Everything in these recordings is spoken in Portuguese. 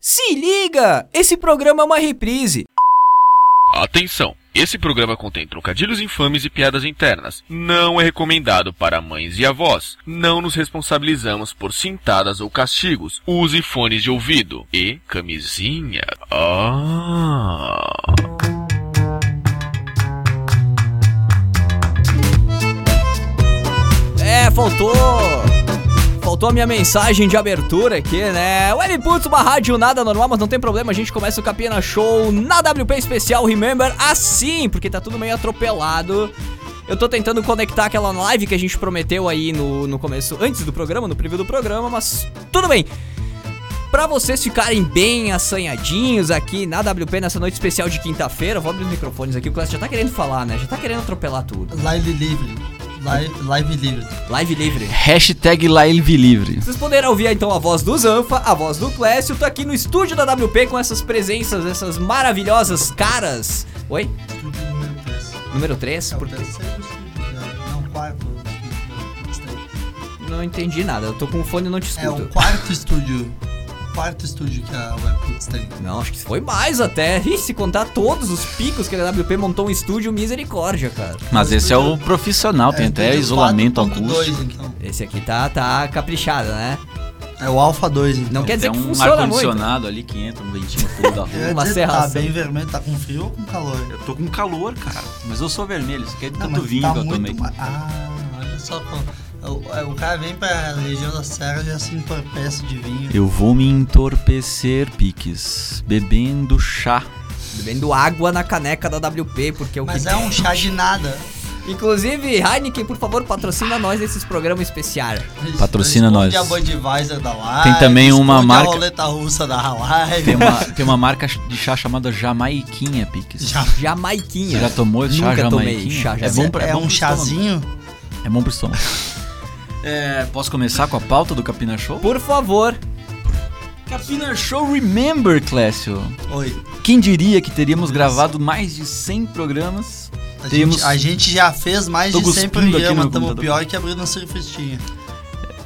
Se liga! Esse programa é uma reprise. Atenção! Esse programa contém trocadilhos infames e piadas internas. Não é recomendado para mães e avós. Não nos responsabilizamos por cintadas ou castigos. Use fones de ouvido e camisinha. Ah! É, faltou. Faltou a minha mensagem de abertura aqui, né? Web Putz, uma rádio nada normal, mas não tem problema, a gente começa o Capina Show na WP Especial Remember assim, porque tá tudo meio atropelado. Eu tô tentando conectar aquela live que a gente prometeu aí no, no começo, antes do programa, no preview do programa, mas tudo bem. Pra vocês ficarem bem assanhadinhos aqui na WP nessa noite especial de quinta-feira, eu vou abrir os microfones aqui, o Clássico já tá querendo falar, né? Já tá querendo atropelar tudo. Live livre. Live, live livre. Live livre. Hashtag Live Livre. Vocês poderão ouvir então a voz do Zanfa, a voz do Clécio. Tô aqui no estúdio da WP com essas presenças, essas maravilhosas caras. Oi? Estúdio Número número 3. 3? É o Porque terceiro estúdio. é, Não, quarto. estúdio, não, estúdio. não entendi nada. Eu tô com o fone e não te É o escuto. quarto estúdio. Quarto estúdio que a Webputs tem. Não, acho que foi mais até. Ih, se contar todos os picos que a WP montou um estúdio, misericórdia, cara. Mas esse é o profissional, tem até estúdio isolamento 4.2, acústico. então. Esse aqui tá, tá caprichado, né? É o Alpha 2, então. Não quer dizer Tem que um funciona muito. ar-condicionado ali que entra um ventinho no fundo da Eu ia rua. Uma dizer, tá serração. bem vermelho, tá com frio ou com calor? Eu tô com calor, cara. Mas eu sou vermelho, isso aqui é de Não, tanto mas vinho tá que eu muito tomei. ma- Ah, olha só como... O, é, o cara vem pra região da serra e já se entorpece de vinho. Eu vou me entorpecer, Piques, bebendo chá. Bebendo água na caneca da WP, porque o Mas que é um chá de nada. Inclusive, Heineken, por favor, patrocina nós nesses programas especiais. Patrocina Responde nós. a Budweiser da live, Tem também uma responde marca- A roleta russa da live. Tem uma, Ah, tem uma marca de chá chamada Jamaiquinha, Piques. Já- Jamaiquinha. Você já tomou esse chá Nunca tomei Jamaiquinha? chá é jamaiquinha. bom pra, é bom um pro estômago. chazinho? É bom pro estômago. É, posso começar com a pauta do Capina Show? Por favor. Capina Show Remember, Clécio. Oi. Quem diria que teríamos gravado mais de 100 programas? A, Teríamos- gente, a gente já fez mais Tô de 100 cuspindo aqui no programas, meu estamos computador. pior que abrindo um a surfistinha.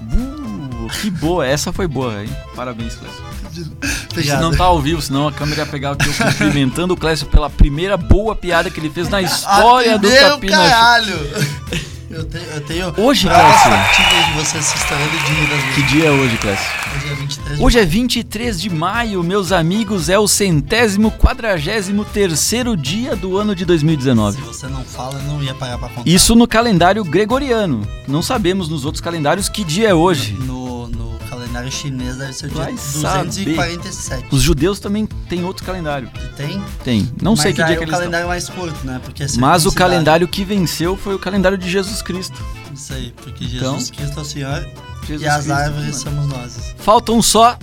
Uh, que boa, essa foi boa, hein? Parabéns, Clécio. Se Obrigado. não tá ao vivo, senão a câmera ia pegar o teu cumprimentando o Clécio pela primeira boa piada que ele fez na história do Atendeu, Capina Show. Ah, caralho! Eu, te, eu tenho Hoje, é várias Clécio. tentativas de você se estourando de rir das Que minhas. dia é hoje, Clécio? Hoje é 23 Hoje é 23 de maio, meus amigos, é o centésimo quadragésimo terceiro dia do ano de Se 2019. você não fala, eu não ia parar pra contar. é Isso no calendário gregoriano. Não sabemos nos outros calendários que dia é hoje. No, no calendário chinês deve ser o dia Vai saber. 247. Os judeus também têm outro calendário. Tem? Tem. Não sei Mas que aí dia é o que eles estão. calendário mais curto, né? Porque é Mas o circuncidado. calendário que venceu foi o calendário de Jesus Cristo. Isso aí, porque Então- Jesus Cristo é o Senhor Jesus e as Cristo, árvores mano. somos nós. Faltam só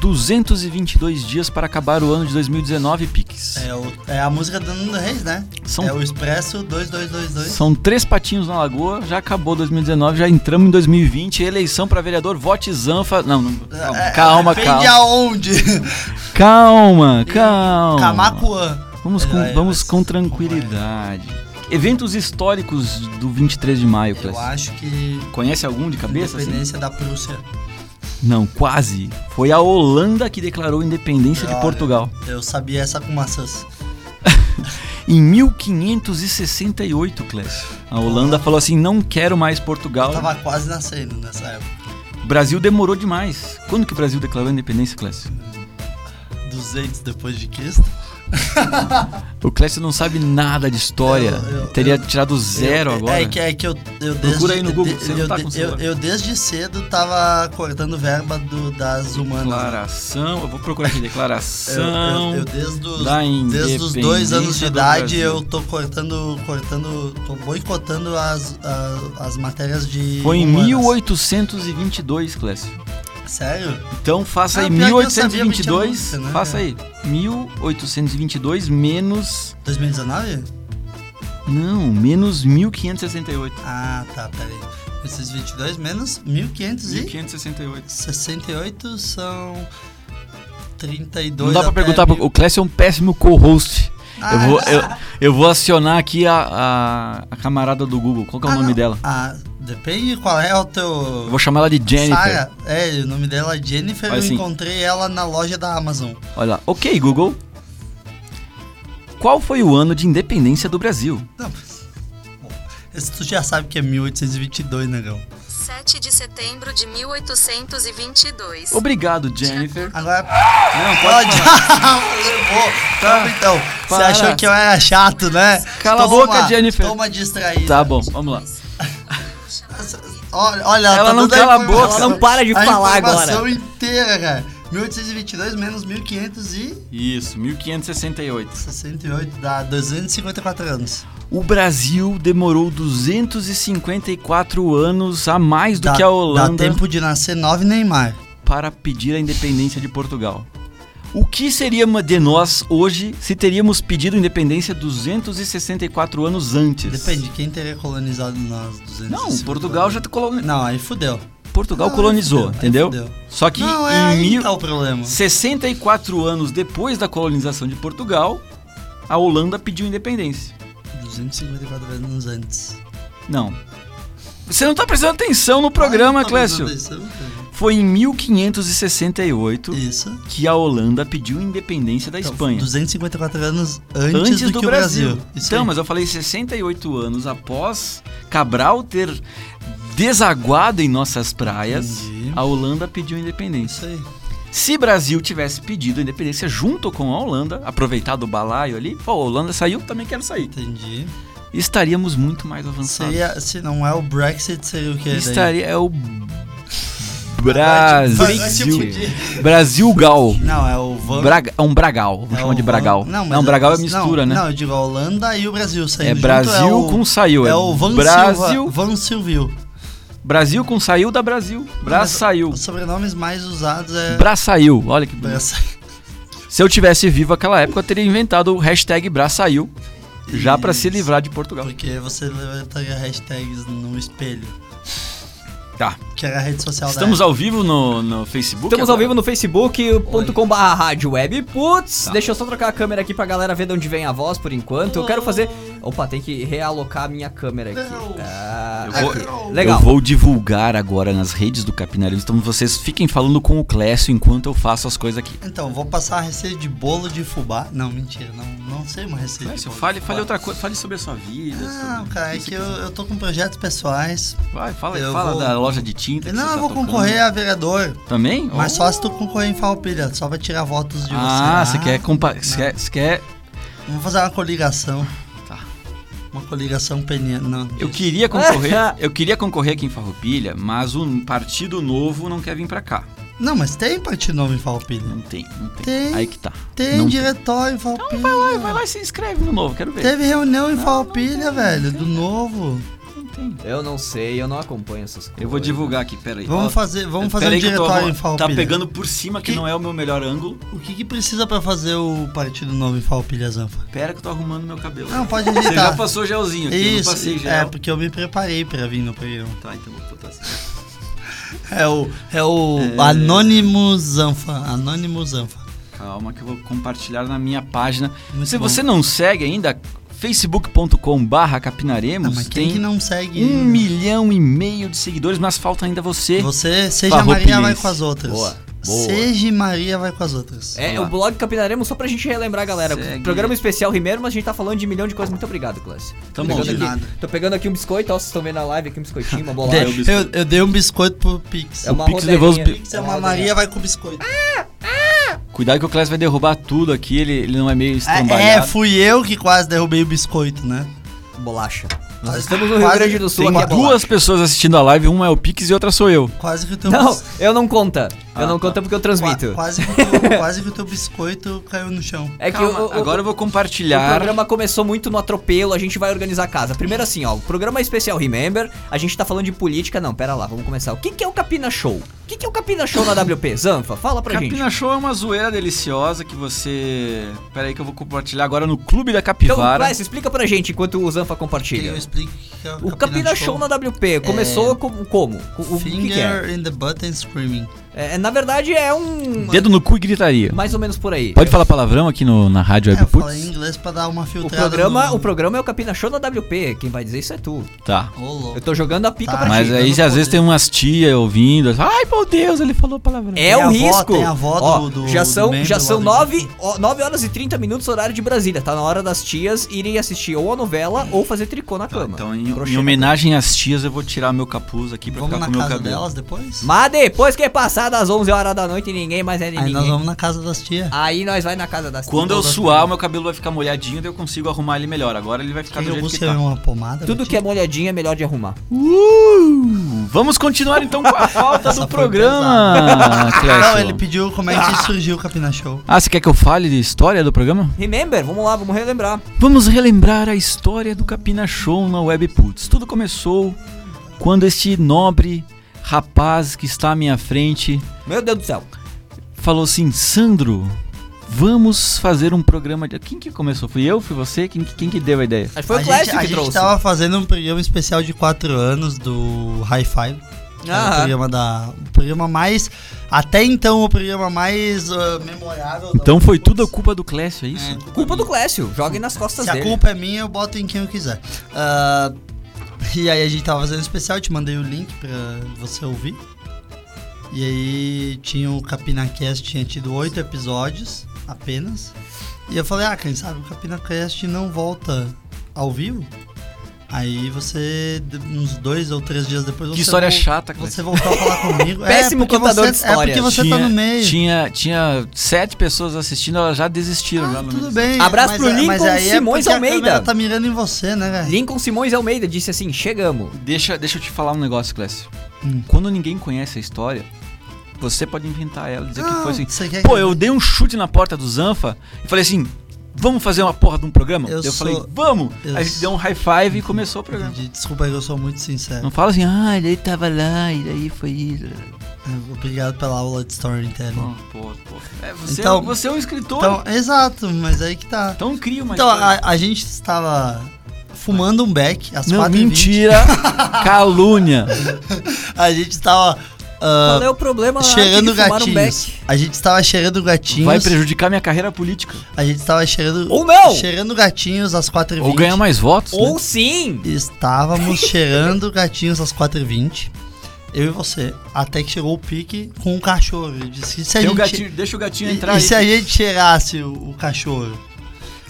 222 dias para acabar o ano de 2019, Piques. É, o- é a música do Nando Reis, né? São, É o Expresso 2222. são três patinhos na lagoa, já acabou 2019, já entramos em 2020. Eleição para vereador, vote Zanfa. Não, não É, calma, calma, Depende calma. aonde. Calma, calma. Camacuã. Vamos com, É, vamos mas- com tranquilidade. Eventos históricos do 23 de maio, Eu Clécio. acho que Conhece algum de cabeça? assim? independência da Prússia. Não, quase. Foi a Holanda que declarou a independência de Olha. Portugal. Eu sabia essa com maçãs. Em 1568, Clécio. A Holanda falou assim: não quero mais Portugal. Eu tava quase nascendo nessa época. O Brasil demorou demais. Quando que o Brasil declarou a independência, Clécio? 200 depois de Cristo. O Clécio não sabe nada de história. Eu- eu- Teria eu- tirado zero Eu- agora. É que, é que eu, eu desde, Procura aí no Google, você não eu, tá de- com eu, o celular. eu desde cedo tava cortando verba do, das humanas. né? Declaração. Eu vou procurar aqui. Eu, Declaração. eu, eu desde os, da desde os dois anos de independência do idade Brasil. eu tô cortando, cortando, tô boicotando as, a- as matérias de Foi em humanas. 1822, Clécio. Sério? Então faça Ah, aí pior que eu sabia, mas tinha 1822. música, né, Faça cara? aí. 1822 menos. 2019? Não, menos 1568. Ah, tá, peraí. Esses 22 menos 1568 1568. são 32 Não dá pra até perguntar. mil- pro- O Clécio é um péssimo co-host. Eu, Ah, vou, eu, eu vou acionar aqui a, a, a camarada do Google. Qual que é o Ah, nome não. dela? Ah, Depende qual é o teu. Eu vou chamar ela de Jennifer. Sarah. É, o nome dela é Jennifer. Faz eu assim. encontrei ela na loja da Amazon. Olha lá. Ok, Google. Qual foi o ano de independência do Brasil? Não, mas- Bom, esse tu já sabe que é 1822, negão. 7 de setembro de 1822. Obrigado, Jennifer. Agora. Não, Ela pode falar. Tá. já levou. Calma então. Você Para. achou que eu era chato, né? Cala a Toma, boca, Jennifer. Toma distraída. Tá bom, vamos lá. Olha, olha Ela tá não dando cala a informação- boca, ela não para de falar A informação inteira, cara. 1822 menos 1568 Isso, 1568. dá 254 anos. O Brasil demorou 254 anos a mais do dá, que a Holanda Dá tempo de nascer nove Neymar. para pedir a independência de Portugal. O que seria uma de nós hoje se teríamos pedido independência 264 anos antes? Depende, quem teria colonizado nós? 200 Não, Portugal já te coloni- Não, aí fudeu. Portugal Não, colonizou, aí fudeu, entendeu? aí fudeu. Só que não, é em aí mil... que tá o problema. 64 anos depois da colonização de Portugal, a Holanda pediu independência. 254 anos antes. Não. Você não tá prestando atenção no programa, Ah, tá Clécio. prestando atenção, Foi em 1568 cara. Isso. que a Holanda pediu independência da Então, É Espanha. 254 anos antes, do, que o Brasil. Isso Então, aí. mas eu falei 68 anos após Cabral ter desaguado em nossas praias, Entendi. a Holanda pediu independência. Isso aí. Se Brasil tivesse pedido independência junto com a Holanda, aproveitado o balaio ali, pô, a Holanda saiu, também quero sair. Entendi. Estaríamos muito mais avançados. Seria, se não é o Brexit, seria o que daí? Estaria é o Vai te- vai te Brasil. fudir. Brasil Gal. Não, é o Van... Braga, é um Bragal, vamos é chamar o de Van- Bragal. Não, mas Bragal é mistura, não, né? Não, eu digo a Holanda e o Brasil saindo é junto, Brasil o- com saiu, É o Van Brasil, Silva, Van Silvio. Brasil com saiu da Brasil. Bra Mas saiu. Os sobrenomes mais usados é... Bra saiu. Olha que bonito. Braça. Se eu tivesse vivo aquela época, eu teria inventado o hashtag Bra saiu, já pra se Isso. livrar de Portugal. Porque você levantaria hashtags no espelho, Tá. que era a rede social Estamos da... ao vivo no, no Facebook. Estamos ao agora? vivo no facebook.com.br rádio web. Putz, Tá. deixa eu só trocar a câmera aqui pra galera ver de onde vem a voz por enquanto. Eu quero fazer. Opa, tem que realocar a minha câmera aqui. Hum. Não. Ah, Eu vou- aqui. Eu Legal. vou divulgar agora nas redes do Capinarinos, então vocês fiquem falando com o Clécio enquanto eu faço as coisas aqui. Então, vou passar a receita de bolo de fubá. Não, mentira, não, não sei uma receita de Clécio, bolo fale, de fubá. fale outra coisa, fale sobre a sua vida. Não, sobre- cara, é que eu, eu tô com projetos pessoais. Vai, fala, eu fala vou- da loja de tinta. que Não, você eu tá vou tocando. concorrer a vereador, Também? mas Oh. só se tu concorrer em Farroupilha, só vai tirar votos de você. Ah, você quer, compa... você quer. Você quer. Vamos fazer uma coligação. Tá. Uma coligação peniana. Não, Eu queria concorrer. eu queria concorrer aqui em Farroupilha, mas o Partido Novo não quer vir pra cá. não, mas tem partido novo em Farroupilha. Não tem, não tem. Tem. Aí que tá. Tem não diretório em Farroupilha. Então Vai, vai lá e se inscreve no novo, quero ver. Teve reunião em Farroupilha, velho, do novo. Eu não sei, eu não acompanho essas coisas. Eu vou divulgar aqui, peraí. Vamos Ó, fazer, vamos fazer um peraí que eu tô diretório em arrumando. Farroupilha. Tá pegando por cima, que Que- não é o meu melhor ângulo. O que que precisa pra fazer o partido novo em Farroupilha, Zanfa? Pera que eu tô arrumando meu cabelo. Não, pode Você já ajeitar. passou gelzinho aqui, eu não Isso, passei é, gel. porque eu me preparei pra vir no programa. Tá, então vou botar assim. É o, é o Anônimo Zanfa. Anônimo Zanfa. Calma que eu vou compartilhar na minha página. Muito Se bom. você não segue ainda, facebook.com barra Ah, capinaremos mas quem tem que não segue? um milhão e meio de seguidores, mas falta ainda você. Você, seja Farroupilense. Maria, vai com as outras. Boa, boa. Seja Maria, vai com as outras. É, Vai lá. o blog Capinaremos, só pra gente relembrar, galera. Segue. Programa especial Rimeiro, mas a gente tá falando de um milhão de coisas. Muito obrigado, Clássico. Tá Tô bom, pegando de aqui- nada. Tô pegando aqui um biscoito, ó, vocês estão vendo na live aqui um biscoitinho, uma De- bolacha. biscoito. eu, eu dei um biscoito pro Pix. É uma Ah, é, O Pix levou os rodelinha. bi- Pix é uma Maria, vai com biscoito. Cuidado que o Clássico vai derrubar tudo aqui, ele, ele não é meio Ah, estrambalhado. é, fui eu que quase derrubei o biscoito, né? Bolacha. Nós estamos no Rio Quase- Grande do Sul, Tem aqui é bolacha. duas pessoas assistindo a live, uma é o Pix e outra sou eu. Quase que o teu Não, bis- eu não conta. Ah, eu não tá. conto porque eu qua- transmito. quase, que o teu, quase que o teu biscoito caiu no chão. É que Calma, o- o- agora eu vou O compartilhar. programa começou muito no atropelo, a gente vai organizar a casa. Primeiro assim, ó, o programa é especial Remember, a gente tá falando de política, não, pera lá, vamos começar. O que que é o Capina Show? O que que é o Capina Show na WP? Zanfa, fala pra gente. Capina Show é uma zoeira deliciosa que você. Pera aí que eu vou compartilhar agora no Clube da Então, Capivara. Clécio, explica pra gente enquanto o Zanfa compartilha. Eu explico o que é O Capina Show na WP começou com- como? Com- O, que que Finger é? in the butt and screaming. É, na verdade, é um. Dedo no cu e gritaria. Mais ou menos por aí. Pode falar palavrão aqui no, na rádio É, eu Web falei em Putz? inglês pra dar uma O filtrada. programa, no- o programa é o Capina Show da WP. Quem vai dizer isso é tu. Tá. Ô, louco. Eu tô jogando a pica Tá, pra Mas ti. aí não às vezes poder. tem umas tias ouvindo. Ai, meu Deus, ele falou palavrão. É Tem o a avó- risco. tem a avó Ó, do- do- já do são, membro já lá são do 9, ó, 9 horas e 30 minutos, horário de Brasília. Tá na hora das tias irem assistir ou a novela ou fazer tricô Tá, na cama. Então, um- em, Crochê em na homenagem às tias, eu vou tirar meu capuz aqui pra Vamos ficar na com meu casa cabelo. delas depois? Mas depois que é passar das 11 horas da noite, ninguém mais é de Aí ninguém. nós vamos na casa das tias. Aí nós vai na casa das Quando eu tias. suar, meu cabelo vai ficar molhadinho, daí eu consigo arrumar ele melhor. Agora ele vai ficar Quem é do eu jeito vou que ser tá. uma pomada? Tudo que é molhadinho é melhor de arrumar. Uh, vamos continuar então com a falta Essa do foi programa, Não, Clécio. ele pediu como é Ah. que surgiu o Capina Show. Ah, você quer que eu fale de história do programa? Remember, vamos lá, vamos relembrar. Vamos relembrar a história do Capina Show na Web Putz. Tudo começou quando este nobre rapaz que está à minha frente Meu Deus do céu. falou assim: Sandro, vamos fazer um programa de. Quem que começou? Fui eu? Fui você? Quem, que- quem que deu a ideia? Acho que foi a o Clécio gente, que a trouxe. gente tava fazendo um programa especial de 4 anos do Hi-Fi. que era O Aham. programa da. O programa mais. Até então, o programa mais ah, memorável. da Então foi Web Putz. tudo a culpa do Clécio, é isso? Culpa do Clécio, joguem nas costas Se a dele. culpa é minha, eu boto em quem eu quiser. Ah, e aí a gente tava fazendo um especial, eu te mandei o link pra você ouvir. E aí tinha o CapinaCast, tinha tido oito episódios apenas. E eu falei, ah, quem sabe o CapinaCast não volta ao vivo? Aí você, de- uns dois ou três dias depois... Que você história vol- chata, Clécio. Você voltou a falar comigo. É, Péssimo porque contador você- de história. É porque você tinha, tá no meio. Tinha, tinha sete pessoas assistindo, elas já desistiram. já Ah, no tudo meio. bem. Abraço mas pro é- mas Lincoln aí é Simões porque a Almeida. câmera tá mirando em você, né, velho? Lincoln Simões Almeida disse assim: chegamos. Deixa, deixa eu te falar um negócio, Clécio. Hum. Quando ninguém conhece a história, você pode inventar ela, dizer que Não, foi assim. você quer Pô, que- eu dei um chute na porta do Zanfa e falei assim: vamos fazer uma porra de um programa? Eu Daí sou- falei, vamos! eu a gente sou- deu um high five e começou o programa. Entendi. Desculpa aí, eu sou muito sincero. Não fala assim, ah, ele tava lá, e daí foi isso. É, Obrigado pela aula de storytelling. Não, pô, pô. É, você, Então- é, você é um escritor. Então, Então, exato, mas aí que tá. cria uma Então, história. a, a gente estava fumando um beck às Não, 4 mentira! Calúnia! A gente estava Qual é ah, o problema na cheirando hora de fumar um gatinhos. beck? a gente estava cheirando gatinhos. Vai prejudicar minha carreira política. a gente estava cheirando. Ou não! Cheirando gatinhos às 4h20. Ou ganhar mais votos. né? Ou sim! Estávamos cheirando gatinhos às 4h20. Eu e você. Até que chegou o pique com o cachorro. Eu disse, e se a Tem o gente- gatinho- deixa o gatinho E, entrar e aí. se a gente cheirasse o, o cachorro?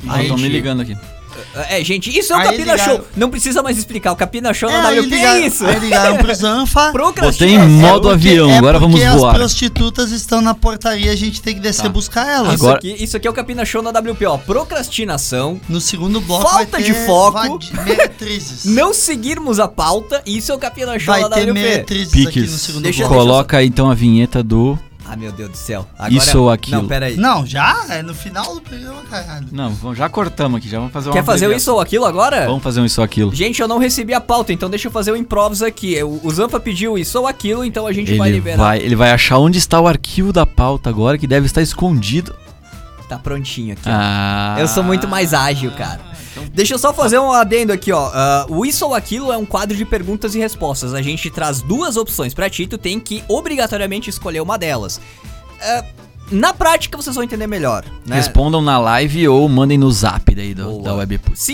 Ah, estão me ligando aqui. É, gente, isso é o Aí Capina ligaram. Show. Não precisa mais explicar. O Capina Show na aí WP ligaram- é isso. Aí ligaram pro Zanfa. Botei Procrastinação. em modo Porque- avião, é agora vamos porque voar. As prostitutas estão na portaria, a gente tem que descer Tá. buscar elas. Isso, Agora- aqui, isso aqui é o Capina Show na WP, ó. Procrastinação. No segundo bloco Falta vai ter de foco. vadi- meretrizes. Não seguirmos a pauta. Isso é o Capina Show vai na ter WP. meretrizes aqui no Piques, segundo Deixa eu- bloco. coloca então a vinheta do. Ah, meu Deus do céu. Agora... Isso ou aquilo. Não, peraí. Não, já? É no final do programa, caralho. Não, vamos- já cortamos aqui, já vamos fazer uma. Quer fazer o abreviação. isso ou aquilo agora? Vamos fazer um isso ou aquilo. Gente, eu não recebi a pauta, então deixa eu fazer o improviso aqui. O, o Zanfa pediu isso ou aquilo, então a gente vai Ele liberar. vai, ele vai achar onde está o arquivo da pauta agora, que deve estar escondido. Tá prontinho aqui. ó. Ah. Eu sou muito mais ágil, cara. Então Deixa eu só fazer um adendo aqui, ó. Ah, o Isso ou Aquilo é um quadro de perguntas e respostas. A gente traz duas opções pra ti, tu tem que obrigatoriamente escolher uma delas. Ah, na prática, vocês vão entender melhor, né? Respondam na live ou mandem no zap daí do, Boa. da Webputz.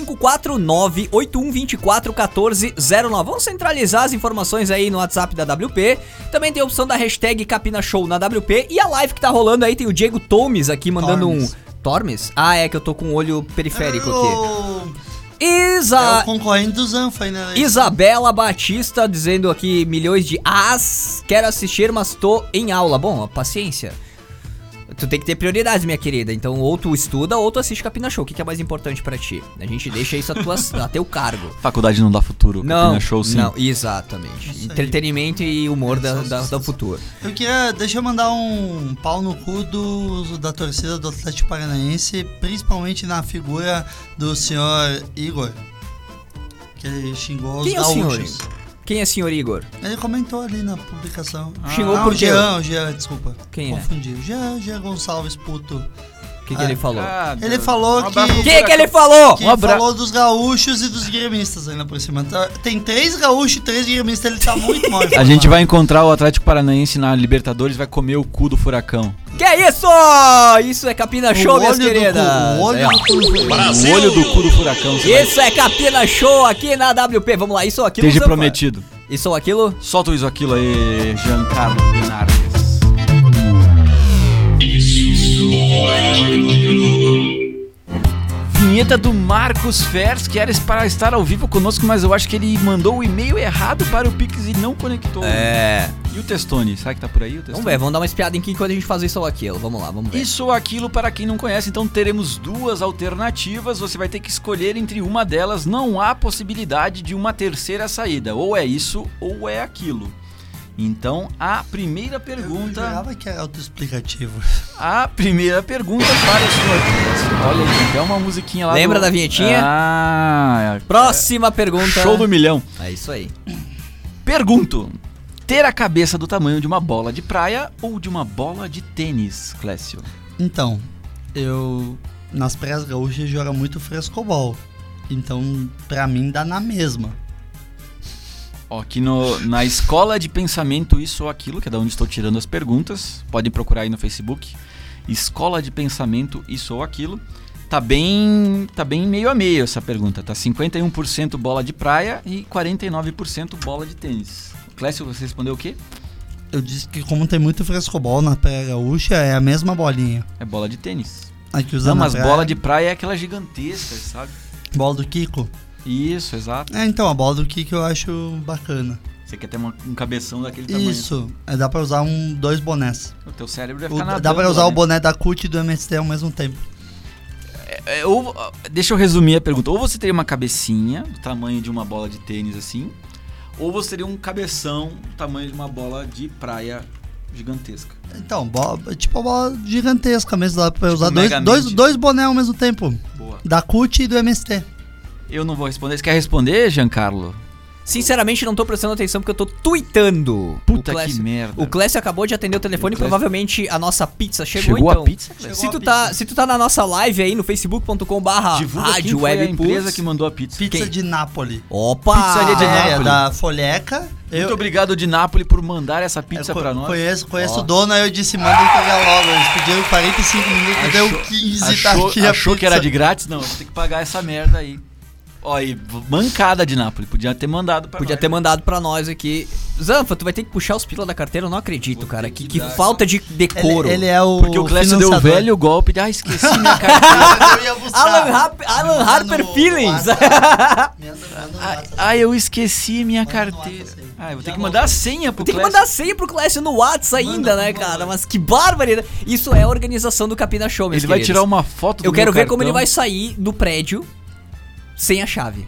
549-8124-1409. Vamos centralizar as informações aí no WhatsApp da WP. Também tem a opção da hashtag Capina Show na WP. E a live que tá rolando aí tem o Diego Tomes aqui mandando Tormes. um. Tormes? Ah, é que eu tô com o olho periférico aqui. É Tá. O- Isa. É o concorrente do Zanfa ainda. né? Isabela Batista dizendo aqui milhões de as. Quero assistir, mas tô em aula. Bom, paciência. Tu tem que ter prioridades, minha querida. Então, ou tu estuda ou tu assiste Capina Show. O que, que é mais importante pra ti? A gente deixa isso a, tua, a teu cargo. Faculdade não dá futuro. Não, Capina Show sim. não, exatamente. Isso aí. Entretenimento e humor da, da, da futuro. Eu queria. Deixa eu mandar um pau no cu do, da torcida do Atlético Paranaense, principalmente na figura do senhor Igor. Que ele xingou os Quem é o senhor gaúchos. Quem é senhor Igor? Ele comentou ali na publicação. Ah. Ah, Xingou não, por quê? Jean, Jean, desculpa. Quem é? Um Confundi. Jean, Jean Gonçalves Puto. O que, que ele falou? Ele falou que. O que, que ele falou? Ah, que Um abra- falou dos gaúchos e dos gremistas ainda por cima. Tá- Tem três gaúchos e três gremistas, ele tá muito mal. A gente vai encontrar o Atlético Paranaense na Libertadores, vai comer o cu do furacão. Que isso? Isso é Capina O Show, minhas olho do cu, queridas. O olho Aí, ó. do cu. O olho do cu do furacão. você vai- Isso é Capina Show aqui na WP. Vamos lá, isso ou aquilo. Esteja Zanfa? prometido. Isso ou aquilo? Solta o isoquilo aí, Giancarlo Benardes. Vinheta do Marcos Fers, que era para estar ao vivo conosco, mas eu acho que ele mandou o e-mail errado para o Pix e não conectou. É. E o Testone, sabe que tá por aí o Vamos Testone? ver, vamos dar uma espiada em quem quando a gente faz isso ou aquilo. Vamos lá, vamos ver. Isso ou aquilo para quem não conhece, então teremos duas alternativas, você vai ter que escolher entre uma delas, não há possibilidade de uma terceira saída, ou é isso ou é aquilo. Então, a primeira Eu pergunta, jurava que era autoexplicativo. a primeira pergunta para o senhor. Olha aí, tem até uma musiquinha lá. Lembra do- da vinhetinha? Ah, Próxima pergunta. show do milhão. É isso aí. Pergunto: ter a cabeça do tamanho de uma bola de praia ou de uma bola de tênis, Clécio? Então, eu. Nas praias gaúchas joga muito frescobol. Então, pra mim, dá na mesma. Ó, aqui no, na escola de pensamento isso ou aquilo, que é da onde estou tirando as perguntas, podem procurar aí no Facebook. Escola de pensamento isso ou aquilo. Tá bem, tá bem meio a meio essa pergunta, tá 51% bola de praia e 49% bola de tênis. Clécio, você respondeu o quê? Eu disse que, como tem muito frescobol na praia gaúcha, é a mesma bolinha. É bola de tênis. A que usa Não, na mas praia. bola de praia é aquela gigantesca, sabe? Bola do Kiko? Isso, exato. É, então, a bola do Kiko eu acho bacana. Você quer ter uma- um cabeção daquele tamanho. Isso, é, dá pra usar um, dois bonés. O teu cérebro vai O- ficar nadando. dá pra usar lá, o né? boné da CUT e do MST ao mesmo tempo. É, ou- deixa eu resumir a pergunta. Ou você teria uma cabecinha do tamanho de uma bola de tênis assim, ou você teria um cabeção do tamanho de uma bola de praia gigantesca. Então, bola, tipo a bola gigantesca mesmo, dá Tipo, pra usar dois, Megamente. dois, dois bonés ao mesmo tempo. um Boa. Da CUT e do MST. Eu não vou responder. Você quer responder, Giancarlo? Sinceramente, não tô prestando atenção porque eu tô tweetando. Puta O que Clécio- merda. O Clécio acabou de atender o telefone, O Clécio- provavelmente a nossa pizza chegou, Chegou então. a pizza? Clécio? Se tu, tá, se tu tá na nossa live aí no facebook.com/barra Divulga quem Ah, rádio foi a web empresa Puts. que mandou a pizza. Pizza Quem? de Nápoles. Opa! Pizzaria de É, Nápoles. da Folheca. Eu, Muito obrigado de Nápoles por mandar essa pizza eu co- pra nós. Conheço, conheço Ó. o dono, aí eu disse, manda entregar logo. Eles pediram 45 minutos, deu 15, tá achou, aqui a achou que pizza. era de grátis? Não, você tem que pagar essa merda aí. Ó, e mancada de Nápoles. Podia ter mandado pra Podia nós. ter mandado pra nós aqui. Zanfa, tu vai ter que puxar os pila da carteira, eu não acredito, cara. ter Que, que que dar, falta de decoro. Ele, ele é o Porque o Clécio deu o financiador. velho golpe de. Ah, esqueci minha cara. Eu ia buscar. Alan, Harp- Alan Manda Harper no Feelings. WhatsApp. Me manda no WhatsApp. Ah, eu esqueci minha Manda no carteira. WhatsApp aí. Ah, eu vou Já ter que mandar a volto. senha pro Tem que Clécio. mandar senha pro Clécio no Whats ainda, Manda, né, manda. cara? Mas que barbaridade. Isso é a organização do Capina Show, meus Ele vai queridos. tirar uma foto do Eu quero meu ver como ele cartão. vai sair do prédio sem a chave.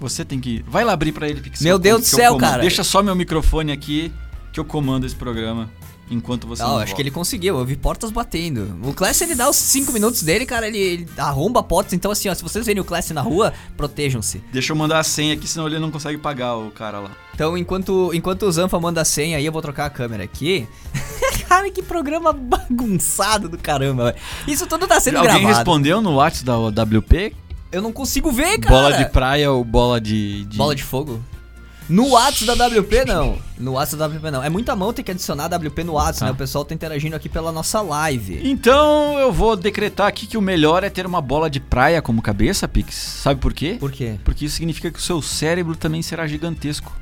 Você tem que. Vai lá abrir pra ele, Pixel. Meu Deus que do eu céu, comando. cara. Deixa só meu microfone aqui que eu comando esse programa enquanto você. Não, não acho que volta. ele conseguiu. Eu vi portas batendo. O Clécio, ele dá os 5 minutos dele, cara. Ele, ele arromba portas. Então, assim, ó, se vocês verem o Clécio na rua, protejam-se. Deixa eu mandar a senha aqui, senão ele não consegue pagar o cara lá. Então, enquanto, enquanto o Zanfa manda a senha aí, eu vou trocar a câmera aqui. Cara, que programa bagunçado do caramba, velho. Isso tudo tá sendo Alguém gravado. respondeu no WhatsApp da WP? Eu não consigo ver, cara. Bola de praia ou bola de. Bola de fogo? No WhatsApp da WP não. No WhatsApp da WP não. É muita mão ter que adicionar a WP no WhatsApp, Tá. né? O pessoal tá interagindo aqui pela nossa live. Então eu vou decretar aqui que o melhor é ter uma bola de praia como cabeça, Pix. Sabe por quê? Por quê? Porque isso significa que o seu cérebro também será gigantesco.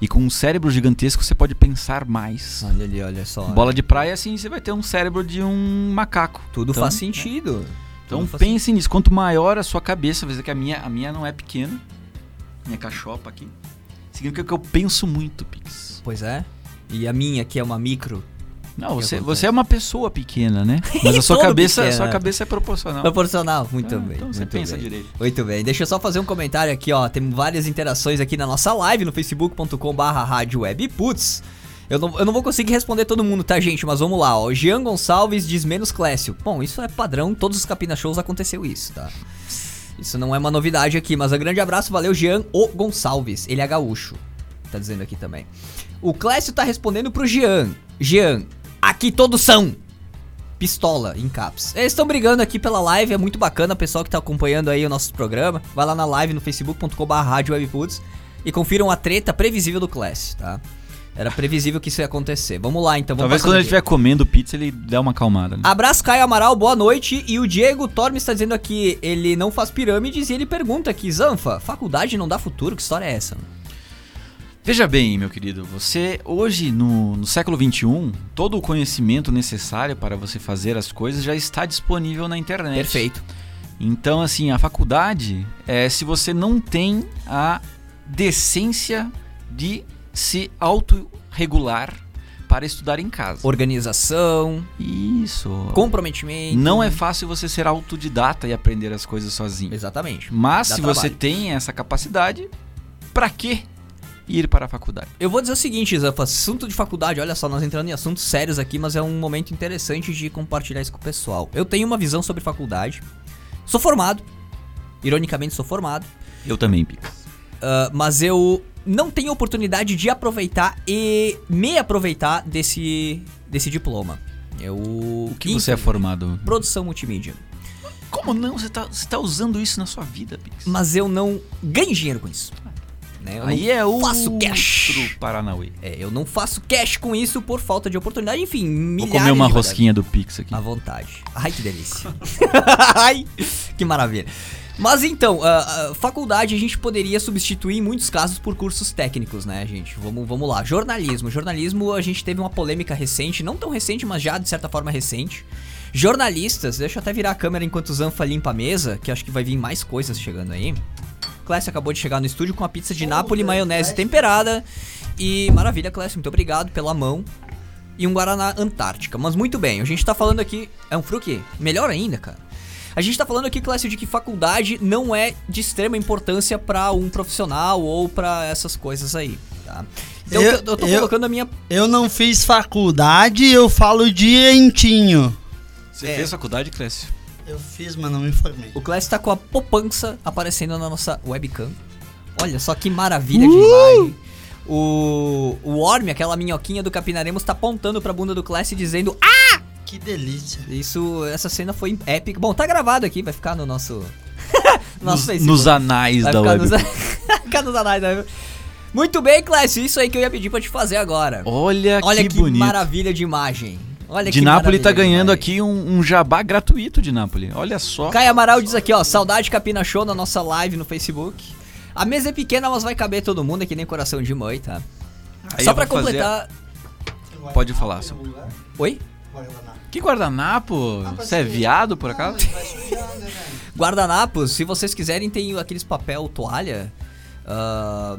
E com um cérebro gigantesco você pode pensar mais. Olha ali, olha só. Bola de praia, assim, você vai ter um cérebro de um macaco. Tudo Então, faz sentido. Então Tudo faz pense nisso. Quanto maior a sua cabeça, veja que a minha, a minha não é pequena. Minha cachopa aqui. Significa que eu penso muito, Pix. sentido. Pois é. E a minha, que é uma micro. Não, que você, acontece? você é uma pessoa pequena, né? Mas a sua Todo cabeça, a sua pequeno, é. cabeça é proporcional. Proporcional. Muito Ah, bem. Então você muito pensa bem. direito. Muito bem, deixa eu só fazer um comentário aqui, ó. Tem várias interações aqui na nossa live no facebook.com barra Putz, eu não, eu não vou conseguir responder todo mundo, tá, gente? Mas vamos lá, ó. Jean Gonçalves diz menos Clécio. Bom, isso é padrão, todos os Capina Shows aconteceu isso, tá? Isso não é uma novidade aqui, mas um grande abraço, valeu, Jean O Gonçalves. Ele é gaúcho, tá dizendo aqui também. O Clécio tá respondendo pro Jean. Jean, aqui todos são. Pistola, em caps. Eles estão brigando aqui pela live, é muito bacana, o pessoal que tá acompanhando aí o nosso programa. Vai lá na live no facebook.com.br webputs e confiram a treta previsível do Class, tá? Era previsível que isso ia acontecer. Vamos lá, então. Vamos Talvez passando quando ele aqui. estiver comendo pizza, ele dê uma acalmada. Né? Abraço, Caio Amaral, boa noite. E o Diego Tormes está dizendo aqui, ele não faz pirâmides e ele pergunta aqui, Zanfa, faculdade não dá futuro? Que história é essa? Veja bem, meu querido, você hoje no, no século XXI, todo o conhecimento necessário para você fazer as coisas já está disponível na internet. Perfeito. Então, assim, a faculdade é se você não tem a decência de se autorregular para estudar em casa. Organização, Isso. comprometimento. Não é fácil você ser autodidata e aprender as coisas sozinho. Exatamente. Mas Dá se você trabalho. tem essa capacidade, pra que ir para a faculdade? Eu vou dizer o seguinte, Zanfa, assunto de faculdade, olha só, nós entrando em assuntos sérios aqui, mas é um momento interessante de compartilhar isso com o pessoal. Eu tenho uma visão sobre faculdade. Sou formado. Ironicamente, sou formado. Eu também, Pix. Ah, mas eu não tenho oportunidade de aproveitar e me aproveitar desse, desse diploma. Eu. O que você é formado? Produção multimídia. Como não? Você tá, você tá usando isso na sua vida, Pix. Mas eu não ganho dinheiro com isso. Né? Eu não- Aí é o faço cash. Paranauê. é, eu não faço cash com isso por falta de oportunidade. Enfim, Vou milhares comer uma de variáveis. rosquinha do Pix aqui. À vontade. Ai, que delícia. Ai, que maravilha. Mas então, a, a faculdade a gente poderia substituir em muitos casos por cursos técnicos, né, gente? Vamos, vamos lá. Jornalismo. Jornalismo, a gente teve uma polêmica recente, não tão recente, mas já de certa forma recente. Jornalistas, deixa eu até virar a câmera enquanto o Zanfa limpa a mesa, que acho que vai vir mais coisas chegando aí. Clécio acabou de chegar no estúdio com a pizza de Nápoles, maionese temperada. E maravilha, Clécio, muito obrigado pela mão e um Guaraná Antártica. Mas muito bem, a gente tá falando aqui. É um fruque? Melhor ainda, cara. A gente tá falando aqui, Clássico, de que faculdade não é de extrema importância pra um profissional ou pra essas coisas aí, tá? Então Eu- eu, eu tô eu- colocando a minha. Eu não fiz faculdade, eu falo dientinho. Você É. fez faculdade, Clécio? Eu fiz, mas não me informei. O Clássico tá com a poupança aparecendo na nossa webcam. Olha só que maravilha de imagem. O, o Orme, aquela minhoquinha do Capinaremos, tá apontando pra bunda do Class dizendo "Ah!" Que delícia. Isso, essa cena foi épica. Bom, tá gravado aqui, vai ficar no nosso. nosso Nos, nos anais vai da ficar web. nos, vai ficar nos anais da web. Muito bem, Clécio, isso aí que eu ia pedir pra te fazer agora. Olha, Olha que, que, bonito. maravilha de imagem. Olha de que Nápoles tá maravilha de ganhando imagem. aqui um, um jabá gratuito de Nápoles. Olha só. Caio Amaral diz aqui, ó, saudade Capina Show na nossa live no Facebook. A mesa é pequena, mas vai caber todo mundo, é que nem coração de mãe, tá? Aí Só eu pra vou fazer- completar. Pode falar, seu- Você Oi? Que guardanapo? Você é viado, por acaso? Guardanapos, se vocês quiserem, tem aqueles papel toalha. ah,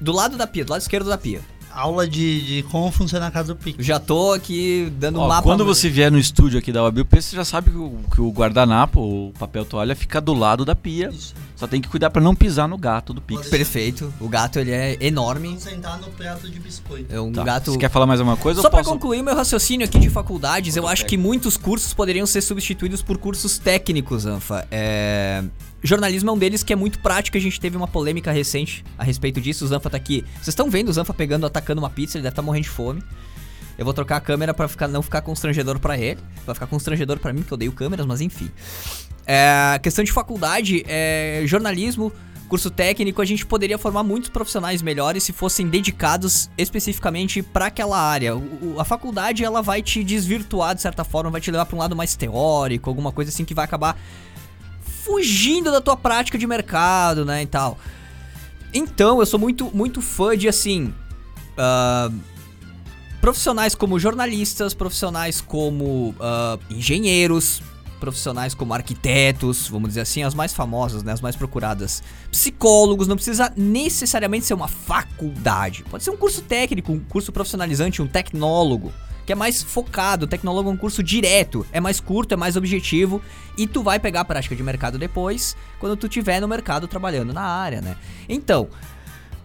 do lado da pia, do lado esquerdo da pia. Aula de, de como funciona a casa do Pix. Já tô aqui dando um Ó, mapa. quando você vier no estúdio aqui da UABUP, você já sabe que o, que o guardanapo, o papel toalha, fica do lado da pia. Isso. Só tem que cuidar pra não pisar no gato do Pix. Perfeito. O gato, ele é enorme. Sentar no prato de biscoito. É um Tá, gato... Você quer falar mais alguma coisa? Só ou pra posso- um concluir meu raciocínio aqui de faculdades, eu Outro acho que muitos cursos poderiam ser substituídos por cursos técnicos, Anfa. É, Jornalismo é um deles que é muito prático, a gente teve uma polêmica recente a respeito disso, o Zanfa tá aqui. Vocês estão vendo o Zanfa pegando, atacando uma pizza, ele deve tá morrendo de fome. Eu vou trocar a câmera pra ficar, não ficar constrangedor pra ele, vai ficar constrangedor pra mim, porque eu odeio câmeras, mas enfim. É, questão de faculdade, é, jornalismo, curso técnico, a gente poderia formar muitos profissionais melhores se fossem dedicados especificamente para aquela área. O- o- a faculdade ela vai te desvirtuar de certa forma, vai te levar para um lado mais teórico, alguma coisa assim que vai acabar fugindo da tua prática de mercado, né, e tal. Então, eu sou muito muito fã de assim, ah, profissionais como jornalistas, profissionais como ah, engenheiros, profissionais como arquitetos, vamos dizer assim, as mais famosas, né, as mais procuradas. Psicólogos, não precisa necessariamente ser uma faculdade. Pode ser um curso técnico, um curso profissionalizante, um tecnólogo, que é mais focado. O tecnólogo é um curso direto, é mais curto, é mais objetivo e tu vai pegar a prática de mercado depois, quando tu tiver no mercado trabalhando na área, né? Então,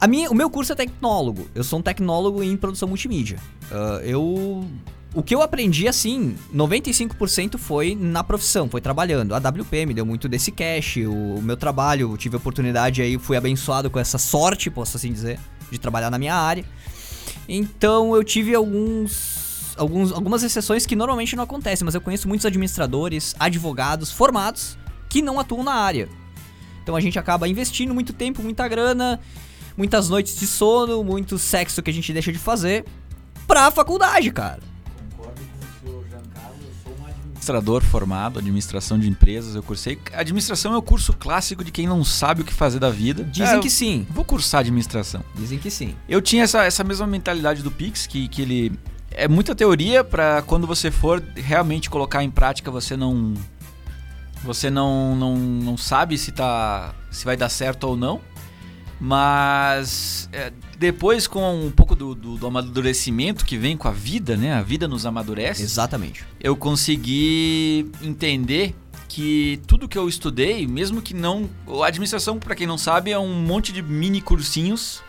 a minha, o meu curso é tecnólogo. Eu sou um tecnólogo em produção multimídia. Ah, eu. O que eu aprendi, assim, 95% foi na profissão, foi trabalhando. A WP me deu muito desse cash, o, o meu trabalho, eu tive a oportunidade aí, fui abençoado com essa sorte, posso assim dizer, de trabalhar na minha área. Então eu tive alguns alguns, algumas exceções que normalmente não acontecem, mas eu conheço muitos administradores, advogados formados que não atuam na área. Então a gente acaba investindo muito tempo, muita grana, muitas noites de sono, muito sexo que a gente deixa de fazer pra faculdade, cara. administrador formado, administração de empresas, eu cursei. Administração é o curso clássico de quem não sabe o que fazer da vida. Dizem É, que sim. Vou cursar administração. Dizem que sim. Eu tinha essa, essa mesma mentalidade do Pix, que, que ele. É muita teoria pra quando você for realmente colocar em prática, você não. Você não, não, não sabe se, tá, se vai dar certo ou não. Mas é, depois, com um pouco do, do, do amadurecimento que vem com a vida, né? A vida nos amadurece Exatamente. eu consegui entender que tudo que eu estudei, mesmo que não, a administração, para quem não sabe, é um monte de mini cursinhos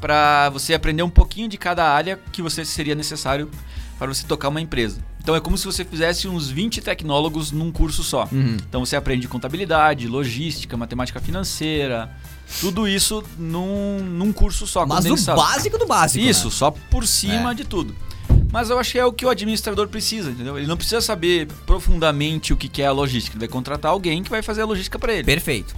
para você aprender um pouquinho de cada área que você seria necessário para você tocar uma empresa. Então é como se você fizesse uns 20 tecnólogos num curso só. Então você aprende contabilidade, logística, matemática financeira, tudo isso num, num curso só. Mas o condensado. básico do básico. Isso, né? só por cima de tudo. Mas eu acho que é o que o administrador precisa, entendeu? Ele não precisa saber profundamente o que que é a logística. Ele vai contratar alguém que vai fazer a logística para ele. Perfeito.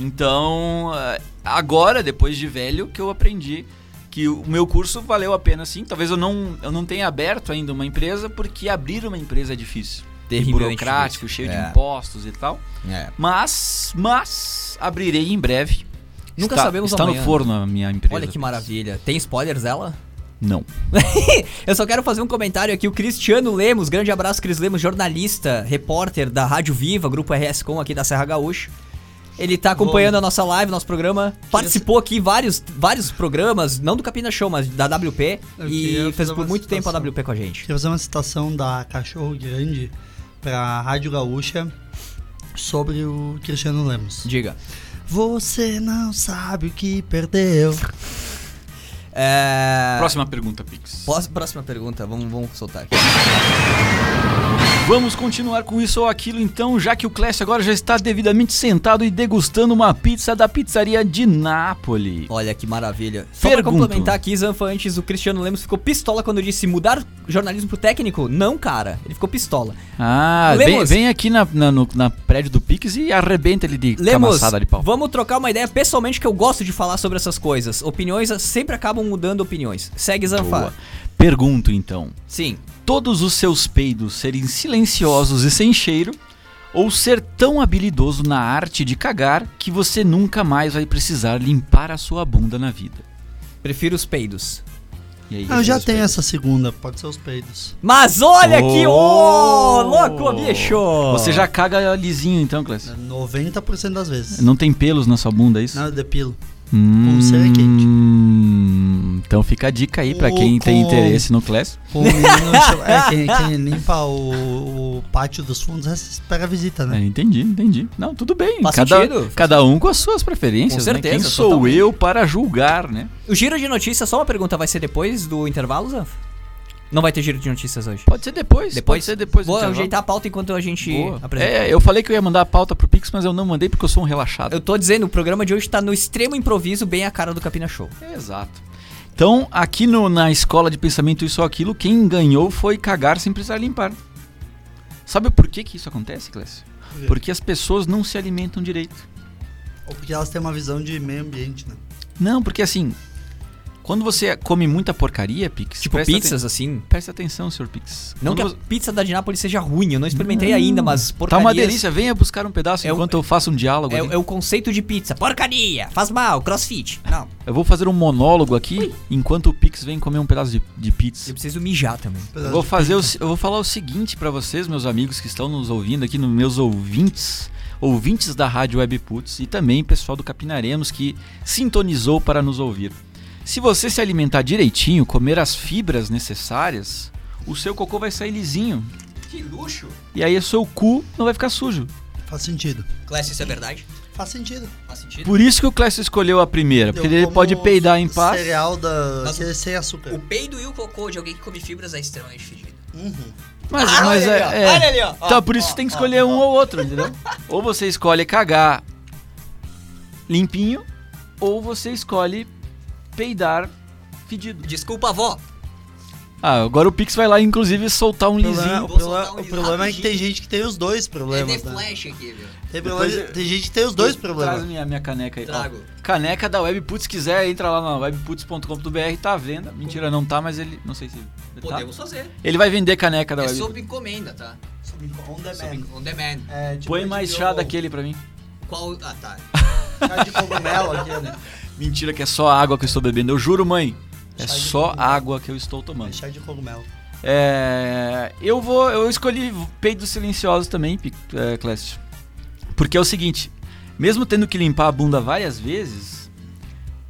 Então, ah, agora, depois de velho, que eu aprendi que o meu curso valeu a pena sim. Talvez eu não, eu não tenha aberto ainda uma empresa, porque abrir uma empresa é difícil. E Terrivelmente burocrático, cheio É. de impostos e tal. É. Mas, mas, abrirei em breve. Nunca está, sabemos Está amanhã. no forno a minha empresa. Olha que maravilha. Tem spoilers dela? Não. Eu só quero fazer um comentário aqui. O Cristiano Lemos, grande abraço, Cris Lemos, jornalista, repórter da Rádio Viva, grupo RS Com aqui da Serra Gaúcha. Ele tá acompanhando a nossa live, nosso programa. Participou aqui vários, vários programas, não do Capina Show, mas da WP. Eu queria E fazer fez por uma muito tempo a citação. WP com a gente. Queria fazer uma citação da Cachorro Grande pra Rádio Gaúcha sobre o Cristiano Lemos. Diga. Você não sabe o que perdeu. É... Próxima pergunta, Pix. pós- Próxima pergunta, vamos, vamos soltar aqui. Vamos continuar com isso ou aquilo então, já que o Clécio agora já está devidamente sentado e degustando uma pizza da pizzaria de Nápoles. Olha que maravilha. Só pra Pergunto. complementar aqui, Zanfa, antes o Cristiano Lemos ficou pistola quando eu disse mudar jornalismo pro técnico? Não, cara. Ele ficou pistola. Ah, vem, Lemos. vem aqui na, na, no- na prédio do Pix e arrebenta ele de Lemos, camaçada de pau. vamos trocar uma ideia pessoalmente que eu gosto de falar sobre essas coisas. Opiniões sempre acabam mudando opiniões. Segue Zanfa. Boa. Pergunto então, Sim. todos os seus peidos serem silenciosos e sem cheiro ou ser tão habilidoso na arte de cagar que você nunca mais vai precisar limpar a sua bunda na vida? Prefiro os peidos. E aí, Ah, eu já seus tenho peidos? essa segunda, pode ser os peidos. Mas olha que ô, Oh! louco, bicho! Você já caga lisinho então, Clécio? 90% das vezes. Não tem pelos na sua bunda, é isso? Não, eu depilo. Hum, Ou será quente? Então fica a dica aí pra quem Ou tem com- interesse no Class. O menino chama- é, quem, quem limpa o, o pátio dos fundos é- espera a visita, É, né? entendi, entendi. Não, tudo bem. Faz cada, sentido. cada um com as suas preferências, Com né? Quem certeza, sou totalmente. eu para julgar, né? O giro de notícias, só uma pergunta, vai ser depois do intervalo, Zanfa? Não vai ter giro de notícias hoje. Pode ser depois. Depois? Pode ser depois do Vou intervalo. ajeitar a pauta enquanto a gente Boa. apresenta. É, eu falei que eu ia mandar a pauta pro Pix, mas eu não mandei porque eu sou um relaxado. Eu tô dizendo, o programa de hoje tá no extremo improviso, bem a cara do Capina Show. Exato. Então, aqui no- na escola de pensamento Isso ou Aquilo, quem ganhou foi cagar sem precisar limpar. Sabe por que, que isso acontece, Clécio? É. quê? Porque as pessoas não se alimentam direito. Ou porque elas têm uma visão de meio ambiente, né? Não, porque assim, quando você come muita porcaria, Pix, Tipo presta pizzas, aten- assim. presta atenção, senhor Pix. Não que Quando a pizza da de Nápoles seja ruim, eu Um não experimentei ainda, mas você- Tá porcarias... uma delícia, venha buscar um pedaço É o- enquanto eu faço um diálogo. É, aqui. é o conceito de pizza. Porcaria! Faz mal, crossfit. Não, Eu vou fazer um monólogo aqui enquanto o Pix vem comer um pedaço de, de pizza. eu preciso mijar também. Eu vou fazer o se- eu vou falar o seguinte pra vocês, meus amigos que estão nos ouvindo aqui, nos meus ouvintes, ouvintes da Rádio Webputs e também pessoal do Capinaremos que sintonizou para nos ouvir. Se você se alimentar direitinho, comer as fibras necessárias, o seu cocô vai sair lisinho. Que luxo! E aí o seu cu não vai ficar sujo. Faz sentido. Clash, isso é verdade? Faz sentido. Faz sentido? Por isso que o Clécio escolheu a primeira, É porque Eu ele como pode peidar em paz. Cereal da. Mas aquele sem açúcar. O peido e o cocô de alguém que come fibras é extremamente fedido. Uhum. Mas, Ah, mas olha é, ali, ó, é. olha ali, ó, ó, Tá, por isso ó, você tem que escolher um ou outro, entendeu? ou você escolhe cagar limpinho, ou você escolhe peidar fedido. Desculpa, avó. Ah, agora o Pix vai lá, inclusive, soltar um O problema, lisinho. o vou problema- soltar um o lisinho problema é que rapidinho. tem gente que tem os dois problemas. tá. tem né? flash aqui, viu? Tem, problema- Depois eu- tem gente que tem os dois Traz problemas. minha, minha caneca aí. Ó, Trago. Tá? caneca da Webputs, se quiser, entra lá na webputs.com.br, tá à venda. Mentira, não tá, mas ele. Não sei se. Tá. Podemos fazer. Ele vai vender caneca da É Webputs. sob encomenda, tá? Sob on demand. É, tipo Põe de mais bio- chá daquele pra mim. Qual. Ah, tá. Chá de cogumelo aqui, né? Mentira, que é só a água que eu estou bebendo. Eu juro, mãe. É Chá de só cogumelo. água que eu estou tomando. Chá de cogumelo. É, eu vou, eu escolhi peidos silenciosos também, Pic- é, Clécio. Porque é o seguinte, mesmo tendo que limpar a bunda várias vezes,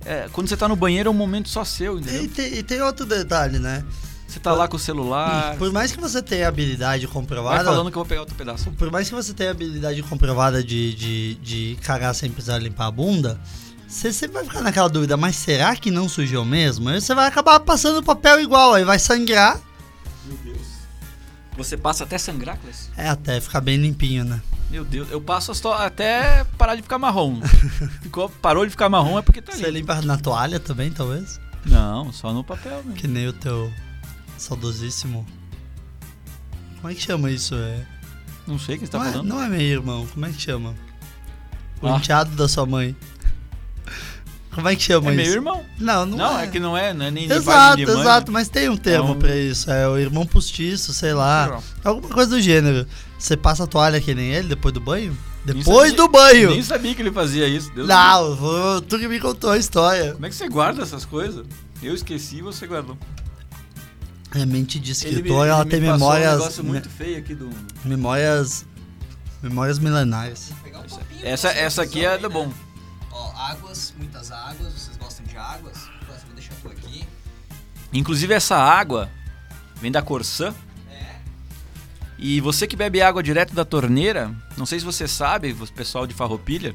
é, quando você tá no banheiro é um momento só seu, E entendeu? tem, e tem outro detalhe, né? Você tá lá com o celular, Por mais que você tenha habilidade vai comprovada. falando que eu vou pegar outro pedaço. Por mais que você tenha habilidade comprovada de, de, de cagar sem precisar limpar a bunda, você sempre vai ficar naquela dúvida, mas será que não sujou mesmo? Aí você vai acabar passando papel igual, aí vai sangrar. Você passa até sangrar, Clécio? É, até ficar bem limpinho, né? Meu Deus, eu passo só até parar de ficar marrom. Ficou, parou de ficar marrom é porque tá Você ali. limpa na toalha também, talvez? Não, só no papel, né? Que nem o teu saudosíssimo. Como é que chama isso? É? Não sei o que você tá não, é, falando. não é meu irmão, como é que chama? O Ah. enteado da sua mãe. Como é que chama é isso? meu irmão. Não, não, Não, é. que não é, não é nem de pai Exato, nem de mãe. exato, mas tem um termo É um- pra isso. É o irmão postiço, sei lá. Alguma coisa do gênero. Você passa a toalha que nem ele depois do banho? Depois sabia- do Eu banho! é nem sabia que ele fazia isso. Deus me livre. Não, vou- tu que me contou a história. Como é que você guarda essas coisas? Eu esqueci, você guardou. A É mente de Ele me- escritor, ele ela me tem passou memórias. né? Um negócio me- muito feio aqui do. Memórias. Memórias milenares. Pegar um copinho, Essa, vocês essa aqui usam é aí, do né? bom. Ó, águas, muitas águas. Vocês gostam de águas? Essa eu Vou deixar por aqui. Inclusive essa água vem da Corsã. É. E você que bebe água direto da torneira, não sei se você sabe, o pessoal de Farroupilha,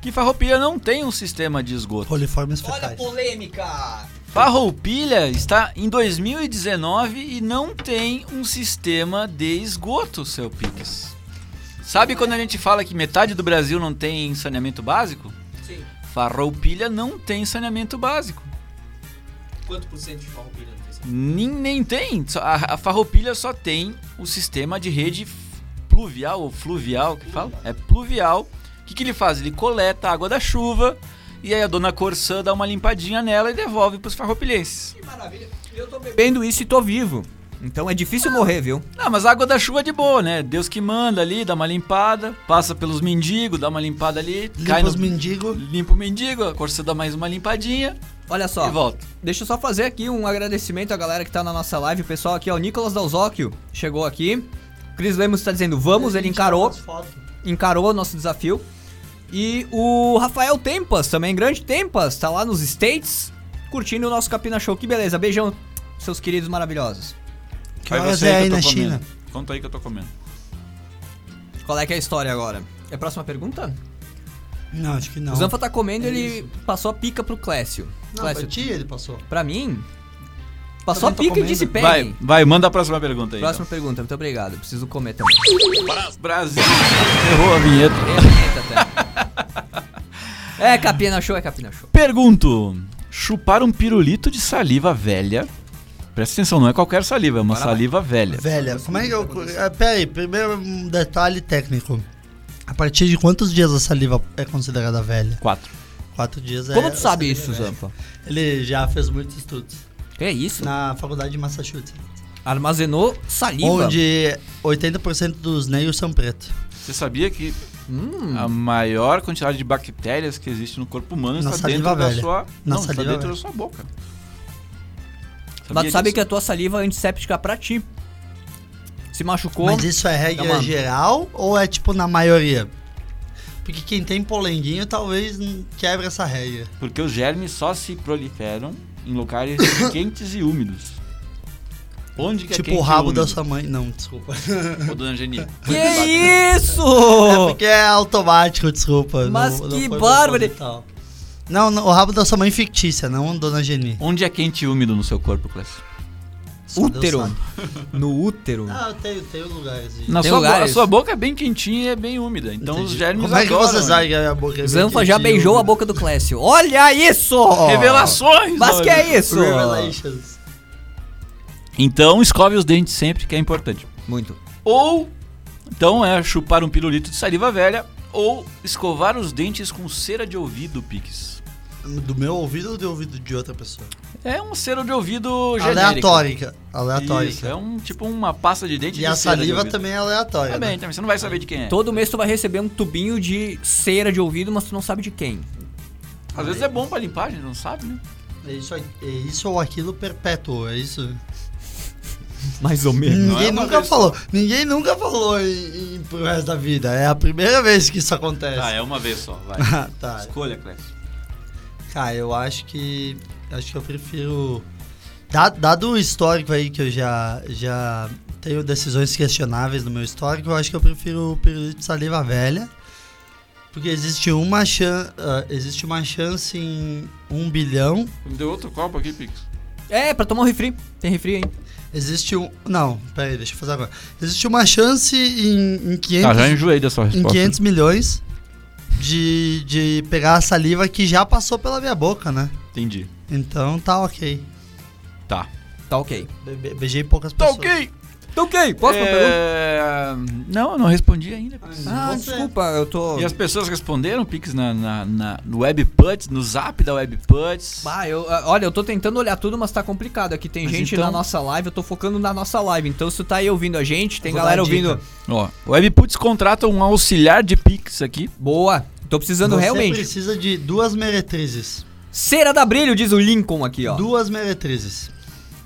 que Farroupilha não tem um sistema de esgoto. Coliformes Olha a fetais. polêmica! Farroupilha está em 2019 e não tem um sistema de esgoto, seu Pix. Sabe quando a gente fala que metade do Brasil não tem saneamento básico? Sim. Farroupilha não tem saneamento básico. Quanto por cento de farroupilha não tem esse- Nem, nem tem. Só- A, a Farroupilha só tem o sistema de rede f- pluvial ou fluvial, que fala? É pluvial. O que, que ele faz? Ele coleta a água da chuva e aí a dona Corsã dá uma limpadinha nela e devolve pros farroupilhenses. Que maravilha! Eu tô bebendo. Vendo isso e tô vivo. Então é difícil morrer, viu? Ah, mas a água da chuva é de boa, né? Deus que manda ali, dá uma limpada, passa pelos mendigos, dá uma limpada ali, cai Limpa no... os mendigos. limpa o mendigo, a Corsã dá mais uma limpadinha Olha Tá. só. e volta. Deixa eu só fazer aqui um agradecimento à galera que tá na nossa live. O pessoal aqui, ó, o Nicolas Dalzocchio chegou aqui. Cris Lemos tá dizendo vamos, ele encarou, tá encarou o nosso desafio. E o Rafael Tempas, também grande Tempas, tá lá nos States, curtindo o nosso Capina Show. Que beleza, beijão, seus queridos maravilhosos. Que horas é aí na China? Conta aí que eu tô comendo. Qual é que é a história agora? É a próxima pergunta? Não, acho que não. o Zanfa tá comendo, É ele passou a pica pro Clécio. Não, Clécio, pra ti ele passou. pra mim, passou a Também tô pica e comendo. disse Vai, peguem. vai, manda a próxima pergunta aí. então. Próxima pergunta, muito obrigado. Preciso comer também. então. Bra- Brasil. Errou a vinheta. É a vinheta até. É capina show, é capina show. Pergunto: chupar um pirulito de saliva velha. Presta atenção, não é qualquer saliva, é uma Agora vai. saliva velha. Velha, como é que eu. ah, Pera aí, primeiro um detalhe técnico. A partir de quantos dias a saliva é considerada velha? Quatro. Quatro dias é. Como tu a sabe saliva isso, é velha. Zampa? Ele já fez muitos estudos Que é isso? na faculdade de Massachusetts, Armazenou saliva. onde 80% dos neios são pretos. Você sabia que Hum, a maior quantidade de bactérias que existe no corpo humano Na está saliva dentro da velha. sua. Na não, está saliva dentro da velha. sua boca. mas tu sabe que disso? a tua saliva é antisséptica pra ti. Se machucou. Mas isso é regra Calma. geral ou é tipo na maioria? Porque quem tem polenguinho talvez hum, quebre essa regra. Porque os germes só se proliferam em locais quentes e úmidos. Onde que é tipo quente o e rabo da úmido? sua mãe. Não, desculpa. Ô, dona Geni. Que isso? É porque é automático, desculpa. Mas não- que não foi bárbaro. proposital. Não, não, o rabo da sua mãe é fictícia, não Dona Geni. Onde é quente e úmido no seu corpo, Clécio? Só Deus Útero. sabe. No útero. Ah, eu tenho, tenho lugares. aí. Na Tem sua, bo- lugares. a sua boca é bem quentinha e é bem úmida. Então os Entendi. germes Como é que adoram, você né? sabe que a boca é Zanfa bem já quentinha, beijou a úmida? boca do Clécio. Olha isso! Revelações! Mas que Dória. é isso? Revelations. Então, escove os dentes sempre, que é importante. Muito. Ou, então, é chupar um pirulito de saliva velha, ou escovar os dentes com cera de ouvido, Piques. Do meu ouvido ou do ouvido de outra pessoa? É um cera de ouvido genérica. Aleatórica. Isso, é Aleatórica. um tipo uma pasta de dente E de a cera de saliva ouvido. Tá também é aleatória. Também, né? também. Você não vai saber de quem é. Todo mês tu vai receber um tubinho de cera de ouvido, mas tu não sabe de quem. Às vezes é bom pra limpar, a gente não sabe, né? É isso, aí- é isso ou aquilo perpétuo, é isso? Mais ou Ninguém é uma nunca vez falou. Ninguém nunca falou em, em pro resto da vida. É a primeira vez que isso acontece. Tá, é uma vez só, vai. Ah, tá. Escolha, Clécio. Cara, eu acho que. Acho que eu prefiro. Da- Dado o histórico aí que eu já, já tenho decisões questionáveis no meu histórico, eu acho que eu prefiro o pirulito de saliva velha. Porque existe uma, chan ah, existe uma chance em um bilhão. Me deu outro copo aqui, Pix. É, pra tomar um refri. Tem refri aí. Existe um. Não, peraí, deixa eu fazer agora. Existe uma chance em, em 500 Tá, já enjoei dessa em resposta. 500 milhões de, de pegar a saliva que já passou pela minha boca, né? Entendi. Então tá ok. Tá. Tá ok. Be- be- Beijei poucas pessoas. Tá ok, posso pra pergunta? é... Não, eu não respondi ainda. Pix. Ah, Você. desculpa, eu tô. E as pessoas responderam, Pix, na, na, na, no WebPuts, no zap da WebPuts. Ah, eu, ah, olha, eu tô tentando olhar tudo, mas tá complicado. Aqui tem Mas gente então- na nossa live, eu tô focando na nossa live. Então, se tu tá aí ouvindo a gente, tem Vou galera dar dica. ouvindo. Ó, o WebPuts contrata um auxiliar de Pix aqui. Boa, tô precisando Você realmente. precisa de duas meretrizes. Cera da brilho, diz o Lincoln aqui, ó. Duas meretrizes.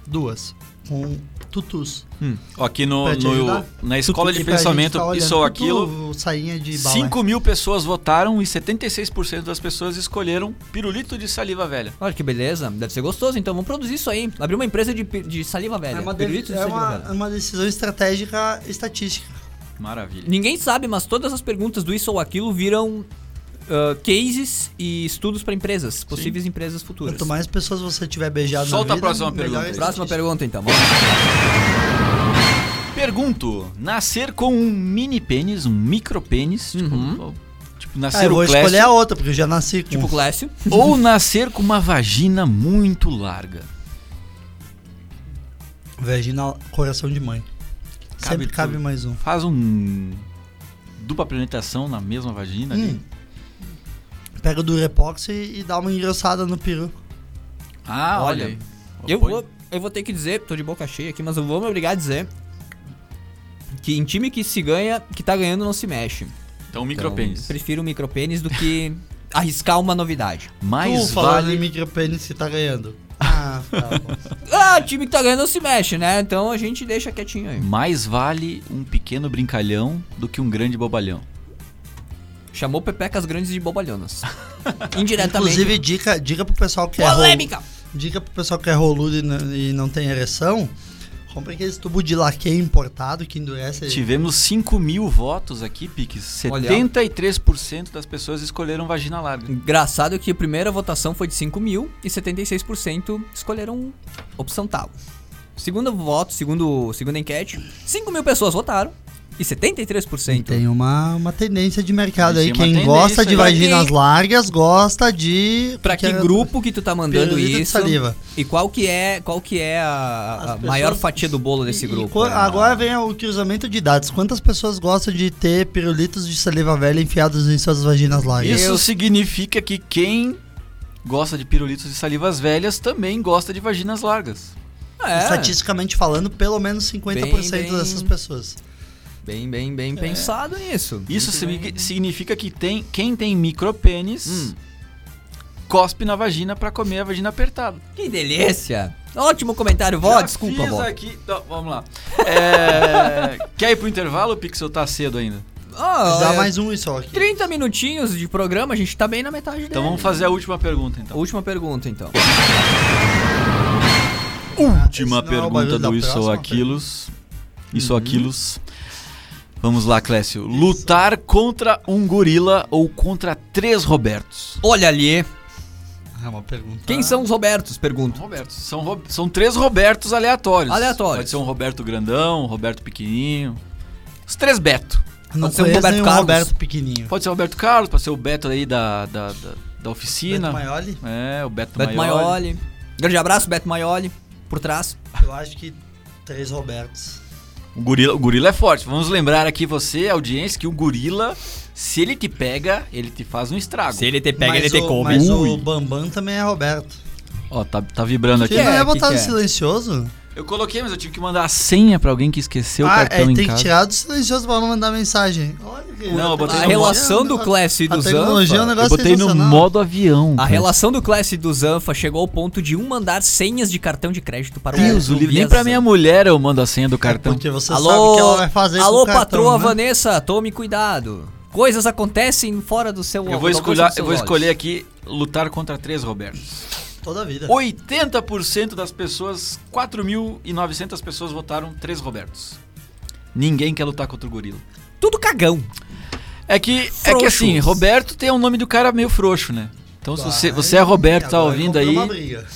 Duas. Com tutus. Ó, aqui no, Hum. Pra te no- ajudar? na É escola Tutu, de que pra gente pensamento ficar isso olhando. ou Tutu, aquilo, Sainha de bala. 5 mil pessoas votaram e 76% das pessoas escolheram pirulito de saliva velha. Olha que beleza, deve ser gostoso. Então, vamos produzir isso aí. Abrir uma empresa de, pi- de saliva velha. É uma, de- Pirulito de é saliva uma- velha. é uma decisão estratégica estatística. Maravilha. Ninguém sabe, mas todas as perguntas do isso ou aquilo viram ah, cases e estudos pra empresas, possíveis empresas futuras. Quanto mais pessoas você tiver beijado Solta na a vida, próxima melhor pergunta aí. estatística. Próxima pergunta, então. Vamos. lá. Pergunto: nascer com um mini pênis, um micro pênis, tipo, tipo, Uhum. Ah, nascer eu vou o escolher a Clécio, outra, porque eu já nasci com Tipo, Clécio. ou nascer com uma vagina muito larga. Vagina, coração de mãe. Cabe Sempre tudo. cabe mais um. Faz um dupla penetração na mesma vagina ali. Hum. Pega o Durepox e, e dá uma engrossada no peru. Ah, Olha, olha. Eu Põe- vou, eu vou ter que dizer, tô de boca cheia aqui, mas eu vou me obrigar a dizer que em time que se ganha, que tá ganhando não se mexe. Então, micro pênis. Prefiro o micropênis do que arriscar uma novidade. Mais tu falando em vale. micropênis que tá ganhando. Ah, tá bom. Ah, time que tá ganhando não se mexe, né? Então a gente deixa quietinho aí. Mais vale um pequeno brincalhão do que um grande bobalhão. Chamou pepecas grandes de bobalhonas. Indiretamente. Inclusive, dica, dica pro pessoal que é polêmica. rolu- Dica pro pessoal que é roludo e não, e não tem ereção. Compre aqueles tubo de laque importado que endurece. Tivemos 5 mil votos aqui, Piques. Olha. 73% das pessoas escolheram vagina larga. Engraçado que a primeira votação foi de 5 mil e 76% escolheram opção tal. Segundo voto, segundo, segunda enquete, 5 mil pessoas votaram e 73%. Tem uma, uma tendência de mercado aí. Tem uma Quem tendência gosta de aí. vaginas largas gosta de. Pra que qualquer- grupo que tu tá mandando Pirulito de isso? saliva. E qual que é, qual que é a, a As pessoas- maior fatia do bolo desse E- e grupo? co- né? agora vem o cruzamento de dados. Quantas pessoas gostam de ter pirulitos de saliva velha enfiados em suas vaginas largas? Isso significa que quem gosta de pirulitos e salivas velhas também gosta de vaginas largas. é, Estatisticamente falando, pelo menos 50% Bem, bem- dessas pessoas. bem, bem, bem É. pensado nisso. Isso Muito signi- bem. significa que tem, quem tem micropênis cospe na vagina pra comer a vagina apertada. Que delícia! Ótimo comentário, vó, Já desculpa, fiz vó. aqui- não, vamos lá. É, quer ir pro intervalo, Pixel? Tá cedo ainda. Ah, Dá é, mais um e só aqui. 30 minutinhos de programa, a gente tá bem na metade Então dele. vamos fazer a última pergunta, então. Última pergunta, então. Esse não é o barulho Última pergunta da do Isso ou próxima Uhum. Aquilos. Isso ou Aquilos. Vamos lá, Clécio. Lutar contra um gorila ou contra três Robertos? Olha ali, É uma pergunta. Tá. quem são os Robertos? Pergunto. Robertos. São, Ro- são três Robertos aleatórios. Aleatórios. Pode ser um Roberto grandão, um Roberto pequenininho. Os três Beto. Não Pode ser conheço o Roberto nenhum Carlos. Roberto pequenininho. Pode ser o Roberto Carlos, pode ser o Beto aí da, da, da, da oficina. Beto Maioli? É, o Beto, Beto Maioli. Maioli. Grande abraço, Beto Maioli, por trás. Eu acho que Três Robertos. O gorila, o gorila é forte. Vamos lembrar aqui você, audiência, que o gorila, se ele te pega, ele te faz um estrago. Se ele te pega, mas ele te o, come. Mas Ui. o Bambam também é Roberto. Ó, tá, tá vibrando aqui. Você não é? é Que botado que é? silencioso? Eu coloquei, mas eu tive que mandar a senha pra alguém que esqueceu o ah, cartão é, em tem que casa. tirar do silencioso pra não mandar mensagem. Olha, que- Não, eu botei A no relação do A Class e do tecnologia é um Zanfa. Eu negócio botei no sensacional. modo avião. A cara. relação do Class e do Zanfa chegou ao ponto de um mandar senhas de cartão de crédito para o Deus, o outro livro. via Nem pra Zanfa. minha mulher eu mando a senha do cartão. É Porque você sabe o Alô, que ela vai fazer com alô o cartão, patroa né? Vanessa, tome cuidado. Coisas acontecem fora do seu tá Eu do vou, alcance escolher, dos eu vou seus escolher olhos. aqui lutar contra três, Roberto. Toda a vida. 80% das pessoas, 4.900 pessoas votaram três Robertos. Ninguém quer lutar contra o gorila. Tudo cagão. É que, é que Frouxos. assim, Roberto tem um nome do cara meio frouxo, né? Então se você, você é Vai, Roberto, tá Ah, agora ouvindo comprou aí, uma briga.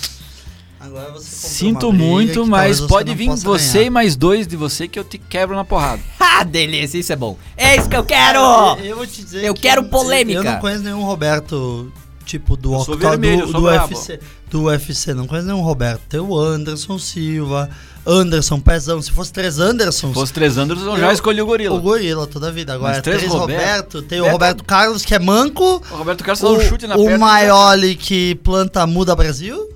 Agora você comprou sinto uma briga muito, que mas talvez você pode não vir possa você ganhar. e mais dois de você que eu te quebro na porrada. Ah, delícia, isso é bom. É isso que eu quero! Eu, vou te dizer Eu que quero eu- polêmica. Eu não conheço nenhum Roberto, tipo, do Eu sou octa- vermelho, eu do, sou do brabo. UFC. Do UFC, não conheço nenhum Roberto. Tem o Anderson Silva, Anderson Pezão. Se fosse três Se Andersons, fosse três Anderson, eu já Eu- escolhi o gorila. o Gorila toda a vida. Agora, Mas três três, Roberto? Roberto, tem o Beto- Roberto Carlos, que é manco. O Roberto Carlos dá O, um chute na perna. né? o Maioli, que planta muda Brasil.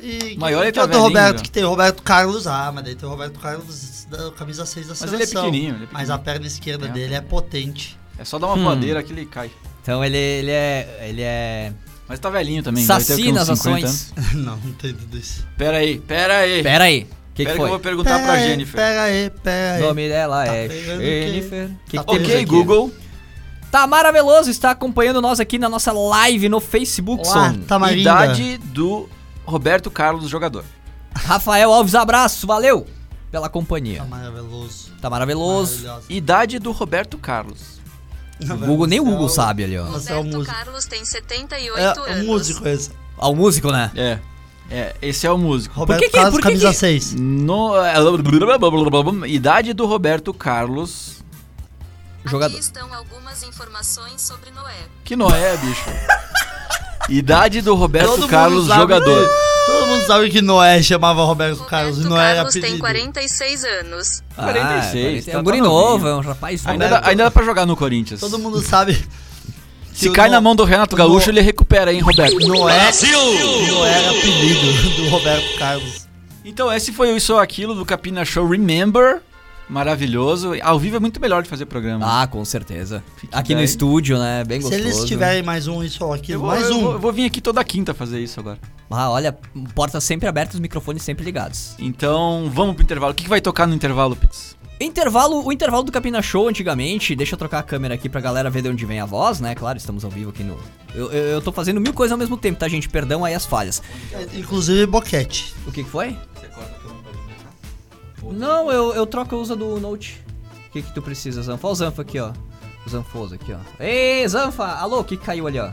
E Maioli que, tá tem outro velhinho, Roberto, já. que tem o Roberto Carlos. Ah, mas daí tem o Roberto Carlos da camisa 6 da Mas seleção. ele é pequenininho, ele é Mas pequenininho. a perna esquerda É. dele é potente. É só dar uma Hum. voadeira que ele cai. Então ele, ele é. Ele é. Mas tá velhinho também. deve ter o quê, Saci uns nas 50 ações. anos. não, não tem tudo isso. Pera aí, pera aí. Pera, Pera aí. O que, que que eu vou foi? perguntar pra aí, Jennifer. Pera aí, pera aí. O nome dela Tá é pegando que- Jennifer. O que, Tá que temos Ok, aqui? Google. Tamara Veloso está acompanhando nós aqui na nossa live no Facebook. Olá, som. Tamarinda. é Idade do Roberto Carlos, jogador. Rafael Alves, abraço, valeu pela companhia. Tamara Veloso. Tamara Veloso. Tá Maravilhosa. Idade do Roberto Carlos. O Google, nem o Google Você é sabe ali, ó. Você é um Roberto músico. Carlos tem 78 É um anos. músico esse. Ó, o músico, né? É. É, esse é o músico. Roberto que que- Carlos, por que camisa que- 6. No... é, Idade do Roberto Carlos. Jogador. Aqui estão algumas informações sobre Noé. Que não é, bicho. Idade do Roberto Todo mundo Carlos, sabe Ah, jogador. Ah, que- todo mundo sabe que Noé chamava Roberto Carlos e Roberto Noé era Carlos tem apelido. 46 anos. Ah, 46, É um tá guri novinho. novo, é um rapaz Ainda novo. dá, ainda dá pra jogar no Corinthians. Todo mundo sabe. Se cai na mão do Renato Gaúcho, ele recupera, hein, Roberto? Noé, Noé era é apelido do Roberto Carlos. Então, esse foi o Isso ou Aquilo do Capina Show Remember. Maravilhoso. Ao vivo é muito melhor de fazer programa. Ah, com certeza. Fique Aqui no bem. estúdio, né? Bem Se gostoso. eles tiverem mais um isso ou aquilo, eu vou, mais eu um. vou- eu vou vir aqui toda quinta fazer isso agora. Ah, olha, portas sempre abertas, microfones sempre ligados. Então, vamos pro intervalo. O que, que vai tocar no intervalo, Pix? Intervalo, o intervalo do Capina Show antigamente, deixa eu trocar a câmera aqui pra galera ver de onde vem a voz, né? Claro, estamos ao vivo aqui no... Eu, eu, eu tô fazendo mil coisas ao mesmo tempo, tá, gente? Perdão aí as falhas. Inclusive boquete. O que que foi? Não, eu, eu troco, eu uso a do Note. O que que tu precisa, Zanfa? Ó o Zanfa aqui, ó. O Zanfoso aqui, ó. Ei, Zanfa! Alô, o que que caiu ali, ó?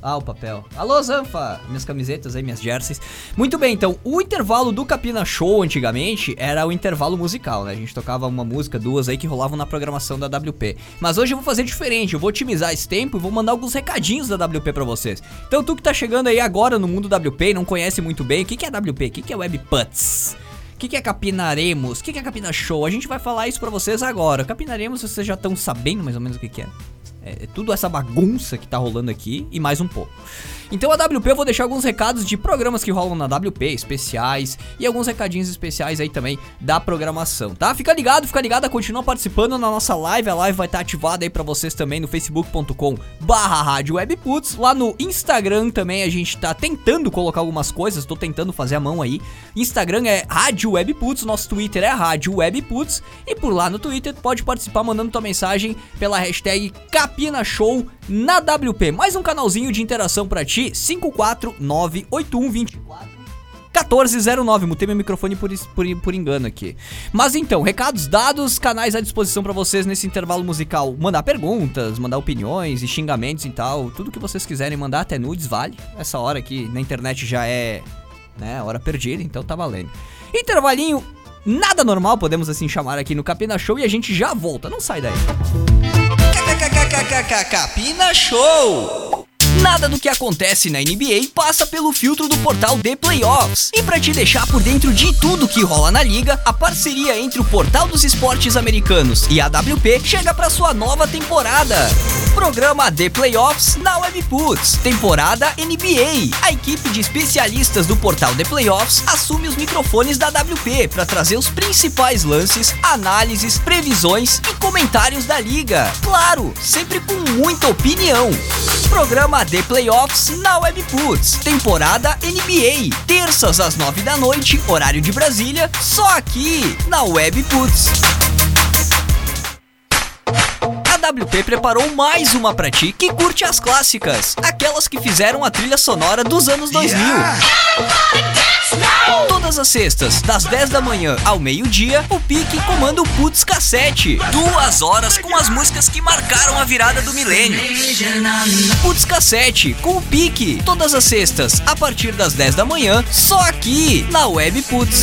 Ah, o papel. Alô, Zanfa! Minhas camisetas aí, minhas jerseys. Muito bem, então, o intervalo do Capina Show antigamente era o intervalo musical, né? A gente tocava uma música, duas aí que rolavam na programação da WP. Mas hoje eu vou fazer diferente, eu vou otimizar esse tempo e vou mandar alguns recadinhos da WP pra vocês. Então, tu que tá chegando aí agora no mundo WP e não conhece muito bem, o que que é WP? O que que é WebPuts? O que, que é Capinaremos? O que, que é Capina Show? A gente vai falar isso pra vocês agora. Capinaremos, vocês já estão sabendo mais ou menos o que, que é. É, é tudo essa bagunça que tá rolando aqui e mais um pouco. Então a WP eu vou deixar alguns recados de programas que rolam na WP, especiais e alguns recadinhos especiais aí também da programação, tá? Fica ligado, fica ligado, continua participando na nossa live, a live vai estar ativada aí pra vocês também no facebook.com barra rádio webputs, lá no Instagram também a gente tá tentando colocar algumas coisas, tô tentando fazer a mão aí, Instagram é rádio webputs, nosso Twitter é rádio webputs e por lá no Twitter pode participar mandando tua mensagem pela hashtag Capina Show na WP, mais um canalzinho de interação pra ti, 5498124 1409, mutei meu microfone por, is- por, por engano aqui. Mas então, recados dados, canais à disposição pra vocês nesse intervalo musical. Mandar perguntas, mandar opiniões e xingamentos e tal, tudo que vocês quiserem mandar, até nudes vale. Essa hora aqui na internet já é, né, hora perdida, então tá valendo. Intervalinho, nada normal, podemos assim chamar aqui no Capina Show e a gente já volta, não sai daí. Capina Show! Nada do que acontece na NBA passa pelo filtro do portal de playoffs. E para te deixar por dentro de tudo que rola na liga, a parceria entre o Portal dos Esportes Americanos e a WP chega para sua nova temporada. Programa de Playoffs na Webputs, temporada NBA. A equipe de especialistas do portal de playoffs assume os microfones da WP para trazer os principais lances, análises, previsões e comentários da liga. Claro, sempre com muita opinião. Programa de Playoffs na Webputs, temporada NBA. Terças às nove da noite, horário de Brasília, só aqui na Webputs. A WP preparou mais uma pra ti que curte as clássicas, aquelas que fizeram a trilha sonora dos anos 2000. Todas as sextas, das 10 da manhã ao meio-dia, o Pique comanda o Putz Cassete. Duas horas com as músicas que marcaram a virada do milênio. Putz Cassete, com o Pique. Todas as sextas, a partir das 10 da manhã, só aqui, na Web Putz.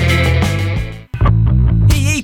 Ei, ei,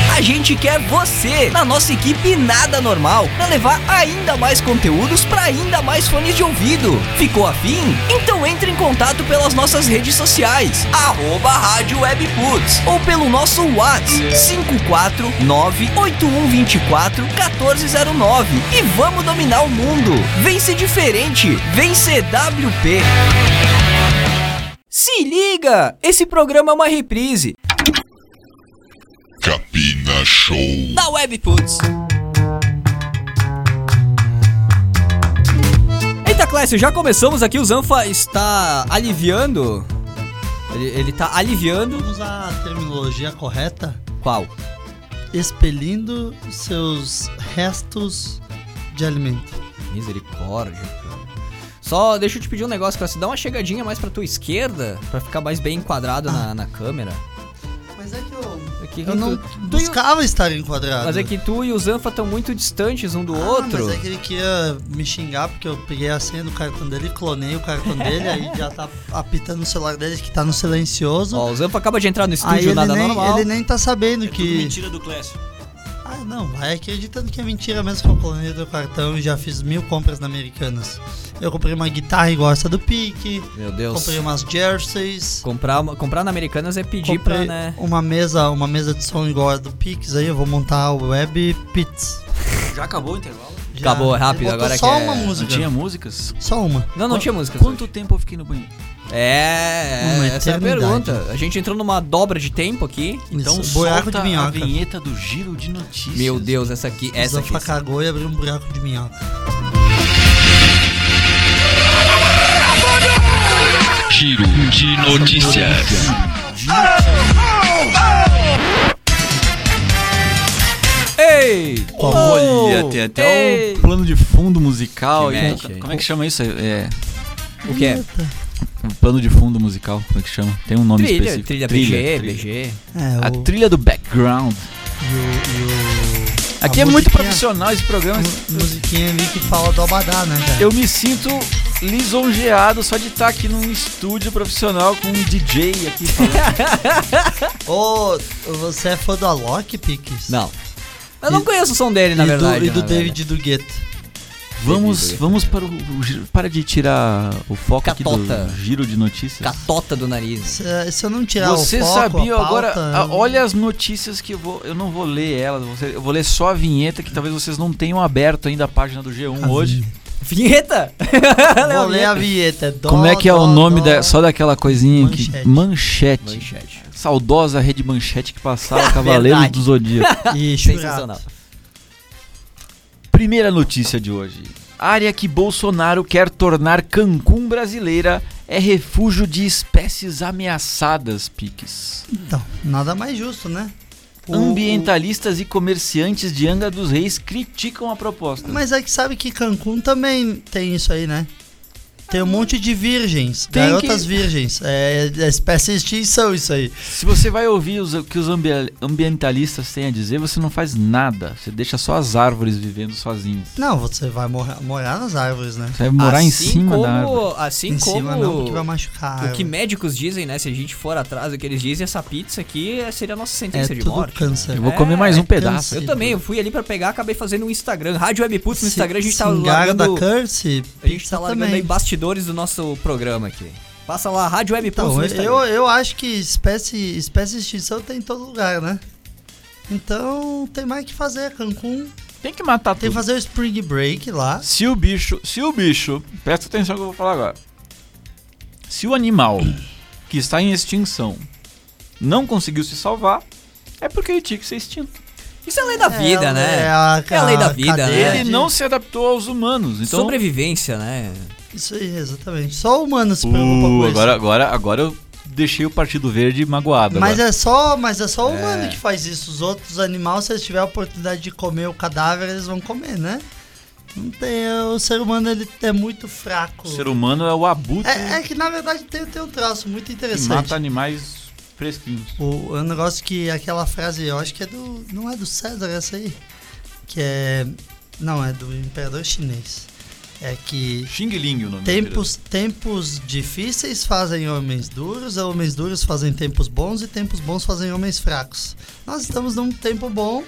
A gente quer você na nossa equipe Nada Normal para levar ainda mais conteúdos para ainda mais fones de ouvido. Ficou afim? Então entre em contato pelas nossas redes sociais, arroba Rádio Webputs, ou pelo nosso WhatsApp 549-8124-1409. E vamos dominar o mundo! Vence diferente! Vence WP! Se liga! Esse programa é uma reprise Capina Show. da Webputs. Eita, Clécio, já começamos aqui. O Zanfa está aliviando. Ele, ele tá aliviando. Vamos à terminologia correta? Qual? Expelindo seus restos de alimento. Misericórdia, cara. Só deixa eu te pedir um negócio, Clécio. Dá uma chegadinha mais pra tua esquerda, pra ficar mais bem enquadrado na, na câmera. Mas é que eu, É que- eu não tu- tu e o- buscava estar enquadrado. mas é que tu e o Zanfa estão muito distantes um do Ah, outro. Mas é que ele queria me xingar porque eu peguei a senha do cartão dele, clonei o cartão dele, aí já tá apitando o celular dele que tá no silencioso. Ó, o Zanfa acaba de entrar no aí estúdio ele nada nem, normal. ele nem tá sabendo que. É Mentira do Clécio. Ah, não, vai acreditando que é mentira mesmo que eu clonei do cartão e já fiz mil compras na Americanas. Eu comprei uma guitarra e gosta do pique, Meu Deus. comprei umas jerseys. Comprar, uma- comprar na Americanas é pedir pra, Comprei né? uma mesa, uma mesa de som igual a do Pix aí, eu vou montar o Web Pits. Já acabou o intervalo? Já- Acabou, é rápido, ele botou agora Só que é- uma Não música. tinha músicas? Só uma. Não, não Qu- tinha música. Quanto tempo eu fiquei no banheiro? É, Uma essa é a eternidade. pergunta. A gente entrou numa dobra de tempo aqui. Então, Então Isso, buraco solta de minhoca. a vinheta do giro de notícias. Meu Deus, essa aqui, essa Essa aqui. cagou e abriu um buraco de minhoca. Giro de notícias. Ei! Olha, Oh! tem até Ei! um plano de fundo musical. Que e- match aí. como é que chama isso? É, O que é? um plano de fundo musical, como é que chama? Tem um nome Trilha, específico. trilha, BG, BG. É, A o, trilha do background. e o- e o- Aqui a é muito musiquinha- profissional esse a programa. mu- musiquinha ali que fala do Abadá, né, cara? Eu me sinto lisonjeado só de estar aqui num estúdio profissional com um DJ aqui falando. Ô, você é fã do Alok, Pix? Não. Eu não E- conheço o som dele, na e verdade. do, e do né, David do Gueto. vamos, vamos para o, o giro- Para de tirar o foco Catota. aqui do giro de velho? notícias. Catota do nariz. Se, se eu não tirar Você o foco, sabia a pauta, agora? a- eu- olha as notícias que eu vou. Eu não vou ler elas. você- Eu vou ler só a vinheta que talvez vocês não tenham aberto ainda a página do G1 hoje. Vinheta! Vou ler a vinheta. Dó, Como é que é dó, o nome dó. da, só daquela coisinha Manchete. É que manchete. Saudosa rede manchete que passava Cavaleiros do Zodíaco. E churrasco. Sensacional. Primeira notícia de hoje. Área que Bolsonaro quer tornar Cancún brasileira é refúgio de espécies ameaçadas, piques. Então, nada mais justo, né? O- Ambientalistas e comerciantes de Angra dos Reis criticam a proposta. Mas é que sabe que Cancún também tem isso aí, né? Tem um monte de virgens, Tem garotas que- virgens. É, é espécie de extinção isso aí. Se você vai ouvir os- o que os ambi- ambientalistas têm a dizer, você não faz nada. Você deixa só as árvores vivendo sozinhas. Não, você vai morrer- morar nas árvores, né? Você vai morar em Assim cima como, da árvore. Assim em como cima não, porque vai machucar. a o que árvore. médicos dizem, né? Se a gente for atrás do que eles dizem, essa pizza aqui é- seria a nossa é sentença de tudo morte. câncer. Eu vou comer mais um é pedaço. Eu Sim. também, eu fui ali pra pegar, acabei fazendo um Instagram. Rádio Web Putz no Se- Instagram, a gente tá Singar da largando, Curse, a gente tá pizza largando aí também. bastidores do nosso programa aqui. Passa lá, Rádio Web Putz Então, no eu, Instagram. eu acho que espécie, espécie de extinção tem em todo lugar, né? Então, tem mais o que fazer. Cancún Tem que matar tem tudo. que fazer o Spring Break lá. Se o bicho, se o bicho, presta atenção que eu vou falar agora. Se o animal que está em extinção não conseguiu se salvar, é porque ele tinha que ser extinto. Isso é lei da vida, é, né? É a, É a lei da vida, né? cadeia Ele de- não se adaptou aos humanos, então Sobrevivência, né? Isso aí, exatamente. Só o humano se preocupa Uh, com isso. agora, agora, agora eu deixei o Partido Verde magoado. Mas agora. é só, mas é só o humano que faz isso. Os outros animais, se eles tiverem a oportunidade de comer o cadáver, eles vão comer, né? Não tem, o ser humano ele é muito fraco. O ser humano é o abutre É, é que na verdade tem, tem um troço muito que mata interessante. animais fresquinhos. O, é um negócio que aquela frase, eu acho que é do. Não é do César essa aí? Que é. Não, é do imperador chinês. É que Xinguilinho o nome dele. Tempos, tempos difíceis fazem homens duros, homens duros fazem tempos bons e tempos bons fazem homens fracos. Nós estamos num tempo bom,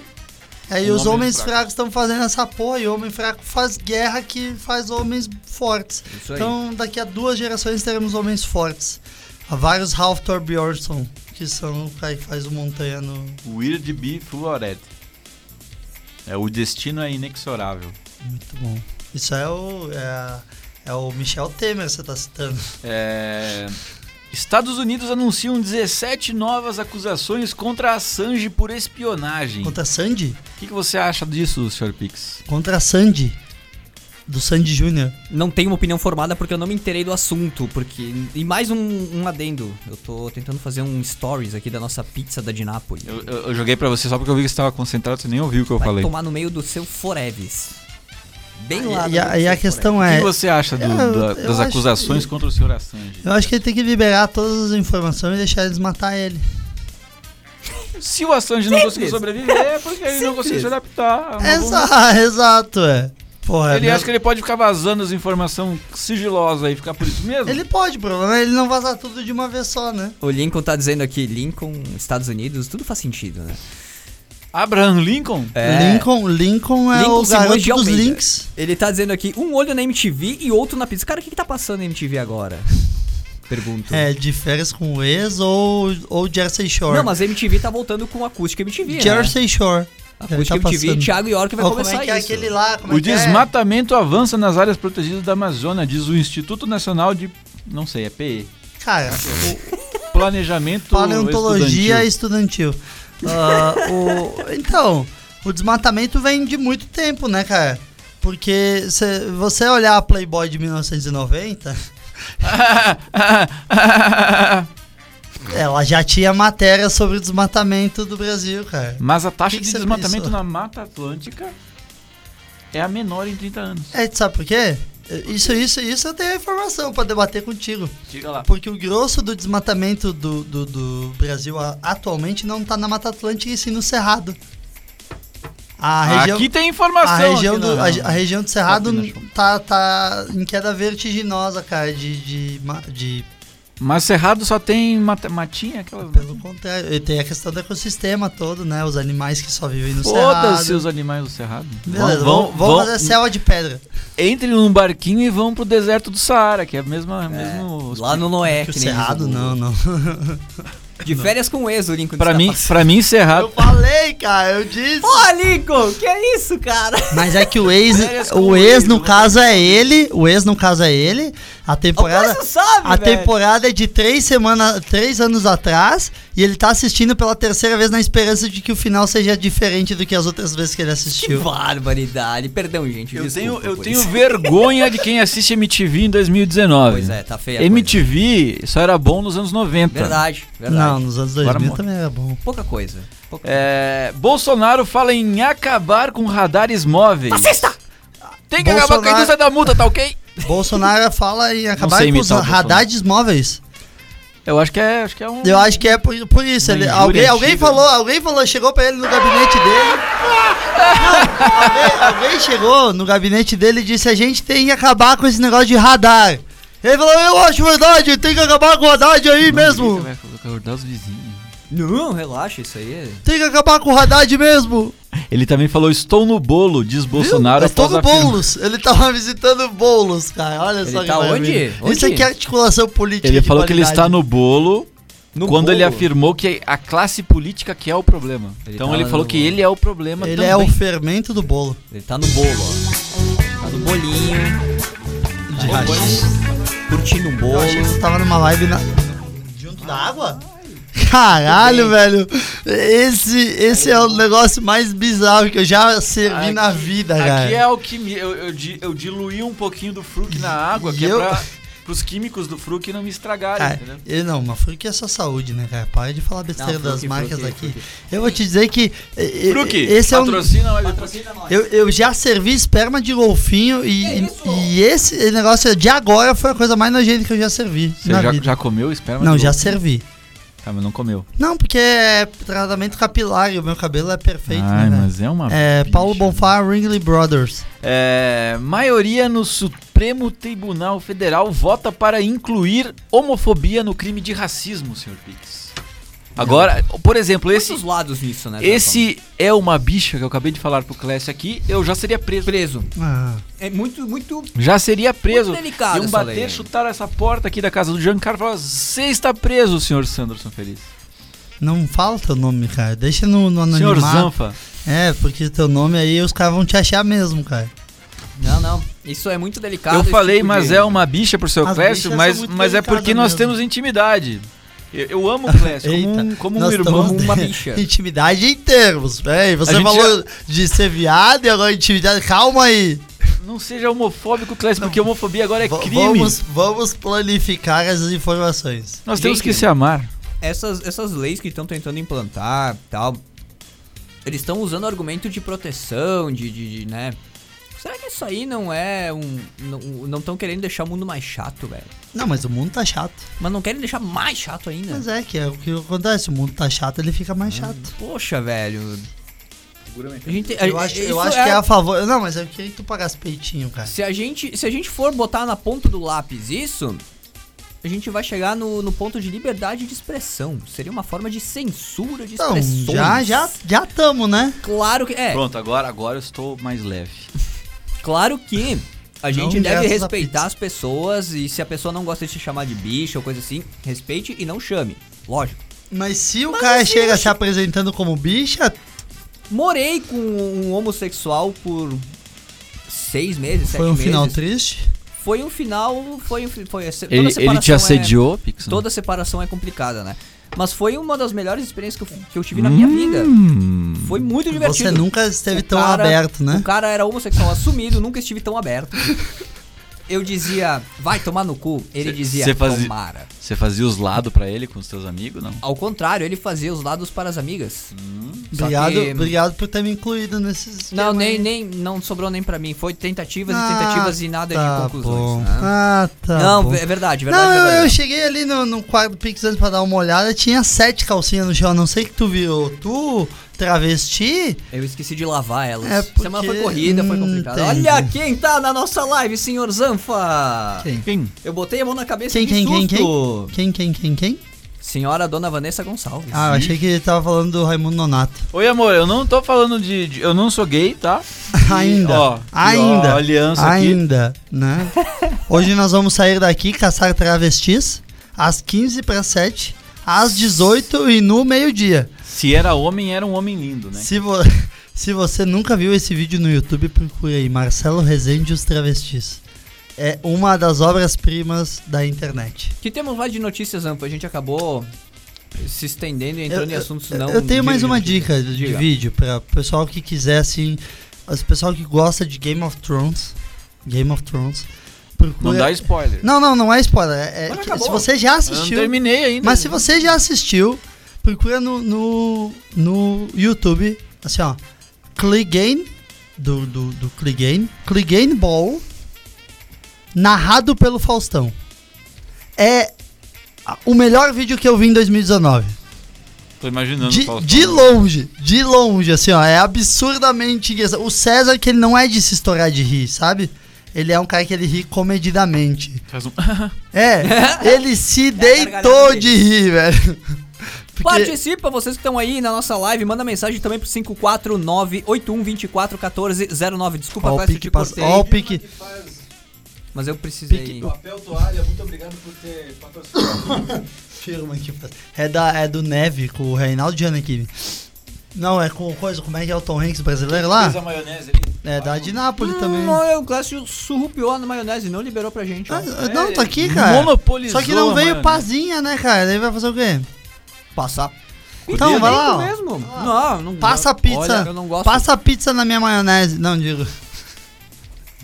aí Um os homem homens fraco. fracos estão fazendo essa porra e o homem fraco faz guerra que faz homens fortes. Isso aí. Então daqui a duas gerações teremos homens fortes. Há vários Ralph Thorbjornsson, que são o cara que faz o montanha no... Weird B. Fluoret. É, o destino é inexorável. Muito bom. Isso é o... É, a- é o Michel Temer que você tá citando. É, Estados Unidos anunciam 17 novas acusações contra Assange por espionagem. Contra Sandy? O que, que você acha disso, Sr. Pix? Contra Sandy. Do Sandy Júnior. Não tenho uma opinião formada porque eu não me inteirei do assunto. Porque. E mais um, um adendo. Eu tô tentando fazer um stories aqui da nossa pizza da Dinápolis. Eu, eu- eu joguei pra você só porque eu vi que você estava concentrado, você nem ouviu o que eu Vai falei. tomar no meio do seu Foreves. Bem lá. no Ah, E, meio do a, e seu a questão O que é. você acha do- eu- da- eu das acho acusações que- contra o Sr. Assange? Eu acho que ele tem que liberar todas as informações e deixar eles matar ele. Se o Assange não conseguiu sobreviver, é porque ele não conseguiu se adaptar. É Exato, exato, é. Porra, Ele meu- acha que ele pode ficar vazando as informações sigilosas aí, ficar por isso mesmo? ele pode, o problema é ele não vazar tudo de uma vez só, né? O Lincoln tá dizendo aqui, Lincoln, Estados Unidos, tudo faz sentido, né? Abraham Lincoln? Lincoln, Lincoln é É. Lincoln o Simões garoto de dos Almeida. links. Ele tá dizendo aqui, um olho na MTV e outro na pizza. Cara, o que, que tá passando na MTV agora? Pergunto. É, de férias com o ex ou, ou Jersey Shore. Não, mas a MTV tá voltando com acústica MTV, né? Jersey Shore. Acústica MTV, Thiago York vai Ó, como começar é que é isso. aquele lá? Como O é que é? desmatamento avança nas áreas protegidas da Amazônia, diz o Instituto Nacional de. Não sei, é PE. Cara, Planejamento. Paleontologia Estudantil. estudantil. Ah, o- então, o desmatamento vem de muito tempo, né, cara? Porque se você olhar a Playboy de 1990, ela já tinha matéria sobre o desmatamento do Brasil, cara. Mas a taxa Que que de você desmatamento pensou? na Mata Atlântica é a menor em 30 anos. É, tu sabe por quê? Isso, isso, isso eu tenho a informação pra debater contigo. Diga lá. Porque o grosso do desmatamento do, do, do Brasil a- atualmente não tá na Mata Atlântica e sim no Cerrado. A região... Ah, Aqui tem informação. A região, aqui do, na- a, a região do Cerrado Aqui na- tá, tá em queda vertiginosa, cara, de, de, ma- de- Mas Cerrado só tem mata- matinha, aquelas. Pelo contrário, e tem a questão do ecossistema todo, né? Os animais que só vivem no Foda-se Cerrado. os animais do Cerrado. Beleza, vão, vão, fazer selva de pedra. Entre num barquinho e vão pro deserto do Saara, que é a mesma. mesmo... Lá no Noé, É Que o nem Cerrado, diz o- não, não. De férias com o ex, o Lincoln. Pra, disse, mim, tá pra mim, Cerrado. Eu falei, cara, eu disse. passando. Porra, Lincoln, que é isso, cara? Mas é que o ex, Férias com o o ex ex, no né? caso é ele, o ex no caso é ele, A Mas temporada. você sabe, A velho. temporada é de três semanas, três anos atrás, e ele tá assistindo pela terceira vez na esperança de que o final seja diferente do que as outras vezes que ele Que assistiu. barbaridade. Perdão, gente. Eu desculpa tenho, eu por tenho isso. vergonha de quem assiste MTV em 2019. Pois é, tá feia. a MTV só era bom nos anos 90. coisa. Verdade, verdade. Tá. Não, nos anos 2000 Agora também era bom. Pouca coisa. Pouca É, Bolsonaro fala em acabar com radares móveis. Fascista! Tem que acabar com a Bolsonaro- indústria da multa, tá ok? Bolsonaro fala em acabar sei com os imitar o Bolsonaro. radares móveis. Eu acho que é, acho que é um. Eu acho que é por, por isso. Uma ele- injúria alguém, alguém antiga. falou, alguém falou, chegou pra ele no gabinete dele. Não, alguém, alguém chegou no gabinete dele e disse: a gente tem que acabar com esse negócio de radar. Ele falou, eu acho verdade, tem que acabar com o radar é aí mesmo. Vai acordar os vizinhos. Não, relaxa, isso aí é. Tem que acabar com o Haddad mesmo. Ele também falou: estou no bolo, diz Bolsonaro. Viu? É após todo afirmar- Boulos. Ele tava visitando Boulos, cara. Olha Ele só que tá onde? maravilha. Onde? Isso aqui é articulação política. Ele de falou que ele qualidade. está no bolo Tipo No quando ele bolo. afirmou que a classe política que é o problema. Ele então tá ele lá falou no que bolo. ele é o problema Ele também. é o fermento do bolo. Ele tá no bolo, ó. Tá no bolinho, Ah, De raiz. curtindo um Eu bolo. achei que você tava numa vibe na... junto da água? Caralho, velho. Esse, esse é o negócio mais bizarro que eu já servi Aqui- na vida, cara. Ah, Aqui é alquimia. Eu, eu, di- eu diluí um pouquinho do fruque na água, E que eu- é pra, pros químicos do fruque não me estragarem, Ah, entendeu? ele não, mas Fruc é só saúde, né, cara? Para de falar besteira Não, das Fruc, marcas Fruc, aqui. Fruc. Eu vou te dizer que. eh, eh, Fruque, esse é um, patrocina lá de eu, eu já servi esperma de golfinho e, e esse negócio de agora foi a coisa mais nojenta que eu já servi na Você já, vida. já comeu esperma? não, de já ovo? servi. Tá, mas não comeu. Não, porque é tratamento capilar e o meu cabelo é perfeito, Ai, né, velho? mas é uma. É, bicha. Paulo Bonfá, Ringley Brothers. É, maioria no Supremo Tribunal Federal vota para incluir homofobia no crime de racismo, senhor Pix. Agora, por exemplo, esse, Esses lados nisso, né? esse é uma bicha que eu acabei de falar pro Clécio aqui, eu já seria preso. preso. Ah, É muito, muito. Já seria preso. Muito delicado Iam essa bater, lei, né? chutaram essa porta aqui da casa do Giancarlo e falaram, você está preso, senhor Sanderson Feliz. não fala teu nome, cara. Deixa no, no Senhor anonimato. Zanfa. É, porque teu nome aí os caras vão te achar mesmo, cara. Não, não. Isso é muito delicado. eu esse falei, tipo mas de- é uma bicha pro seu As bichas Clécio, são mas, muito mas é porque nós delicadas mesmo. temos intimidade. Eu, eu amo o Clécio, como um, Eita, como um nós irmão. estamos uma de- bicha. Intimidade em termos. Peraí, você gente falou de ser viado e agora é intimidade. Calma aí. Não seja homofóbico, Clécio, porque homofobia agora é V- crime. vamos, vamos planificar essas informações. Nós temos Gente, que se amar. essas, essas leis que estão tentando implantar tal, eles estão usando argumento de proteção, de, de, de, né? Será que isso aí não é um. Não estão querendo deixar o mundo mais chato, velho? Não, mas o mundo tá chato. Mas não querem deixar mais chato ainda. Mas é que é o que acontece. O mundo tá chato, ele fica Hum. mais chato. Poxa, velho. A gente, a- Eu acho, eu isso acho que é a favor. Não, mas eu queria que tu pagasse peitinho, cara. se a gente Se a gente for botar na ponta do lápis isso, a gente vai chegar no, no ponto de liberdade de expressão. Seria uma forma de censura de Então, expressões. já, já, já tamo, né? Claro que. É, Pronto, agora, agora eu estou mais leve. Claro que a gente deve graças à respeitar pizza. as pessoas e se a pessoa não gosta de se chamar de bicho ou coisa assim, respeite e não chame. Lógico. Mas se o cara assim, chega se apresentando como bicha, Morei com um homossexual por seis meses, sete foi um meses. final triste. Foi um final. Foi um. fi- Foi, se- toda Ele, ele te separação é- assediou, Pix? toda separação é complicada, né? Mas foi uma das melhores experiências que eu, que eu tive na minha vida. Hum. Foi muito divertido. Você nunca esteve O tão cara- aberto, O né? cara era homossexual assumido, nunca estive tão aberto. Eu dizia, vai tomar no cu. Ele Cê- dizia, cê fazia- tomara. Você fazia os lados pra ele com os teus amigos, não? Ao contrário, ele fazia os lados para as amigas. Hum. Só Obrigado, que- obrigado por ter me incluído nesses. Não, nem, nem, não sobrou nem pra mim. Foi tentativas e tentativas e nada de conclusões. né? tá Ah, tá. não, bom. é verdade, verdade. não, eu, verdade. eu cheguei ali no, no quadro Pix antes pra dar uma olhada, tinha sete calcinhas no chão, a não sei que tu virou. Tu, travesti, Eu esqueci de lavar elas. É porque- Semana foi corrida, foi complicado. Hum, entendi. Olha quem tá na nossa live, senhor Zanfa! Quem? Quem? Eu botei a mão na cabeça Quem, de quem, quem, susto. quem? quem, quem, quem, quem? Senhora Dona Vanessa Gonçalves. Ah, eu achei que ele tava falando do Raimundo Nonato. Oi, amor, eu não tô falando de. de- eu não sou gay, tá? Ainda. ó, ainda. e ó, aliança aqui. ainda, né? Hoje nós vamos sair daqui, caçar travestis, às 15 para 7, às 18 e no meio-dia. Se era homem, era um homem lindo, né? Se, vo- se você nunca viu esse vídeo no YouTube, procura aí Marcelo Rezende e os travestis. é uma das obras-primas da internet. Que temos lá de notícias amplas? A gente acabou se estendendo e entrando Eu- em assuntos eu- não. Eu tenho mais de- uma dica de Diga. vídeo para pessoal que quiser assim, as pessoal que gosta de Game of Thrones, Game of Thrones. Procura... Não dá spoiler. Não, não, não é spoiler. é- é Mas que- acabou. se você já Eu não assistiu, terminei ainda. mas se você já assistiu, procura no no, no YouTube, assim ó, Clegane do do do Clegane, Clegane Ball narrado pelo Faustão. É a- o melhor vídeo que eu vi em 2019. Tô imaginando. De, Faustão. de longe, de longe, assim, ó. É absurdamente engraçado. O César, que ele não é de se estourar de rir, sabe? Ele é um cara que ele ri comedidamente. Faz um- É, ele se gargalhada deitou de rir, velho. Porque Participa, vocês que estão aí na nossa live, manda mensagem também pro 549-8124-1409. Desculpa, Ó o Clécio, eu pique, te passa- cortei, ó o pique. que faz mas eu precisei. pique- papel toalha, muito obrigado por ter patrocinado. Firma que faz. É, da, é do Neve, com o Reinaldo Giannichini. Não, é com coisa, como é que é o Tom Hanks brasileiro lá? Fez a maionese ali. É da de Nápoles Ah, também. Não, Hum, o Clécio surrupiou na maionese, não liberou pra gente. ó. Ah, não, tá aqui, cara. Monopolizou Só que não a veio maionese. pazinha, né, cara? Daí vai fazer o quê? Passar. Então, vai lá. ó. é mesmo. Não, não Ah, Passa a pizza. Olha, eu não gosto. Passa a pizza na minha maionese. Não, digo.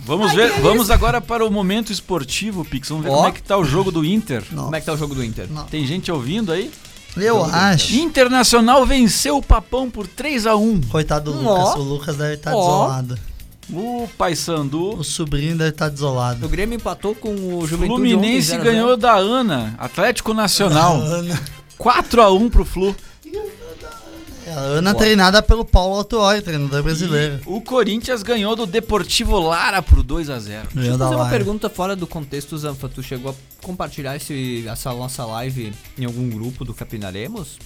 Vamos ver, vamos agora para o momento esportivo, Pix. Vamos ver Ó. como é que tá o jogo do Inter. Como é que tá o jogo do Inter? Não. Tem gente ouvindo aí? Eu acho. Internacional venceu o Papão por 3 a 1. Coitado do Lucas. O Lucas deve estar Ó. desolado. O Paysandu, O sobrinho deve estar O desolado. Grêmio empatou com o Juventude Fluminense ontem, 0 a 0. ganhou da Ana, Atlético Nacional. 4 a 1 pro Flu. A Ana treinada pelo Paulo Autuori, treinador brasileiro. O Corinthians ganhou do Deportivo Lara por 2 a 0. Deixa Ganhou eu da fazer uma Lara. pergunta fora do contexto, Zanfa. Tu chegou a compartilhar esse, essa nossa live em algum grupo do Capinaremos?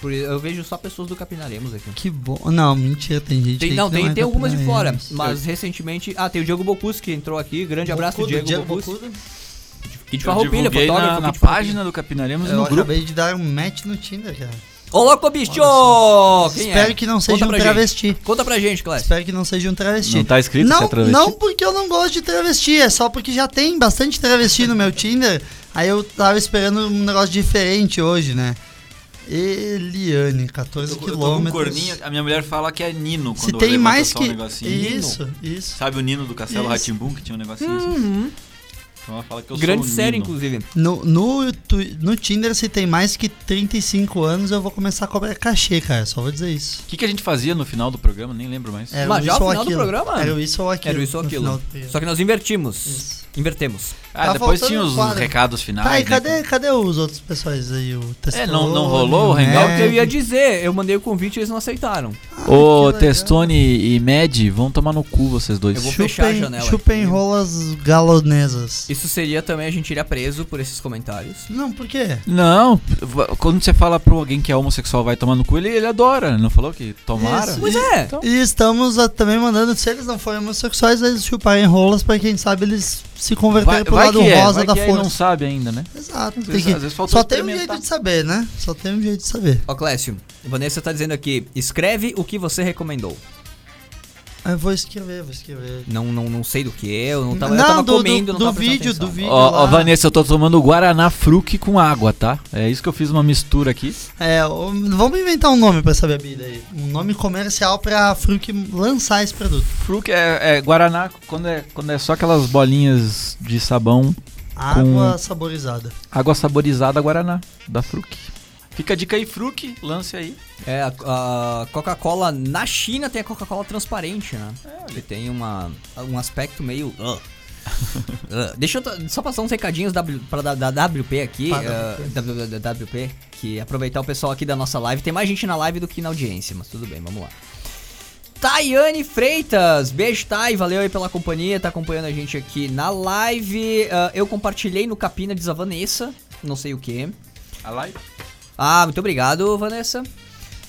Por- Eu vejo só pessoas do Capinaremos aqui. Que bom. Não, mentira, tem gente Tem, aí não, que é tem, tem da algumas de fora, Paranaense. mas recentemente... Ah, tem o Diogo Bocus que entrou aqui. Grande abraço, Bocudo, Diego, Diego Bocus. Bocudo. Que de Eu farroupilha, divulguei fotógrafo. na, que na de farroupilha. página do é, Capinaremos É, Eu no grupo. acabei de dar um match no Tinder, cara. Ô, louco, bicho! Quem Espero é? que não Conta seja um pra gente. travesti. Conta pra gente, Clécio. Espero que não seja um travesti. Não tá escrito não, se é travesti? Não porque eu não gosto de travesti, é só porque já tem bastante travesti no meu Tinder. Aí eu tava esperando um negócio diferente hoje, né? Eliane, 14 Eu- eu tô com um quilômetros. corninha, a minha mulher fala que é Nino quando Se eu tem levanto mais só que. um negocinho. isso, isso. Sabe o Nino do Castelo Isso. Uhum. Ratimbum que tinha um negocinho assim? Então ela fala que eu Grande sou o série, Nino. inclusive. No, no, tu- no Tinder, se tem mais que 35 anos, eu vou começar a cobrar cachê, cara. Só vou dizer isso. O que, que a gente fazia no final do programa? Nem lembro mais. Era Mas o já isso o ou final do aquilo. programa? Era o isso ou aquilo. Era É isso ou no final aquilo. do programa. Só que nós invertimos. Isso. Invertemos. Ah, tá depois faltando tinha os um quadro. recados finais. Tá, e né? cadê, cadê os outros pessoais aí? O É, não- não Testolone, rolou o né? É o hangout? que eu ia dizer. Eu mandei o convite e eles não aceitaram. Ô, que legal. Testone e Med, vão tomar no cu vocês dois. Eu vou- Chupem, fechar a janela chupem aqui. rolas galonesas. Isso seria também a gente iria preso por esses comentários. Não, por quê? Não, v- quando você fala pra alguém que é homossexual vai tomar no cu, ele, ele adora. Não falou que tomara? Isso. Pois é. Então- E estamos ah, também mandando, se eles não forem homossexuais, eles chuparem rolas pra quem sabe eles se converterem Vai, pro vai lado que é, rosa vai da que é e força. não sabe ainda, né? Exato, tem vezes- que- às vezes faltou Só tem um experimentar. jeito de saber, né? Só tem um jeito de saber. Ó, Clécio, Vanessa tá dizendo aqui: escreve o que você recomendou. Eu Ah, vou escrever, vou escrever. Não, não, não sei do que eu, não tava, eu Não, tava do- comendo, do- não tava do prestando vídeo, atenção. do vídeo. Ó, ó, lá. Vanessa, eu tô tomando Guaraná Fruc com água, tá? É isso que eu fiz uma mistura aqui. É, o- vamos inventar um nome pra essa bebida aí. Um nome comercial pra Fruc lançar esse produto. Fruc é, é Guaraná quando é, quando é só aquelas bolinhas de sabão, Água saborizada. água saborizada Guaraná, da Fruc. Fica a dica aí, Fruc, lance aí. É, a, a Coca-Cola na China tem a Coca-Cola transparente, né? Ele tem uma, um aspecto meio. Ugh. Ugh. Deixa eu t- só passar uns recadinhos w, pra, da, da WP aqui. Para eh, W- da- da WP, que é aproveitar o pessoal aqui da nossa live. Tem mais gente na live do que na audiência, mas tudo bem, vamos lá. Tayane Freitas, beijo Tay, valeu aí pela companhia, tá acompanhando a gente aqui na live. Ah, eu compartilhei no Capina diz a Vanessa, não sei o que. A live? Ah, muito obrigado, Vanessa.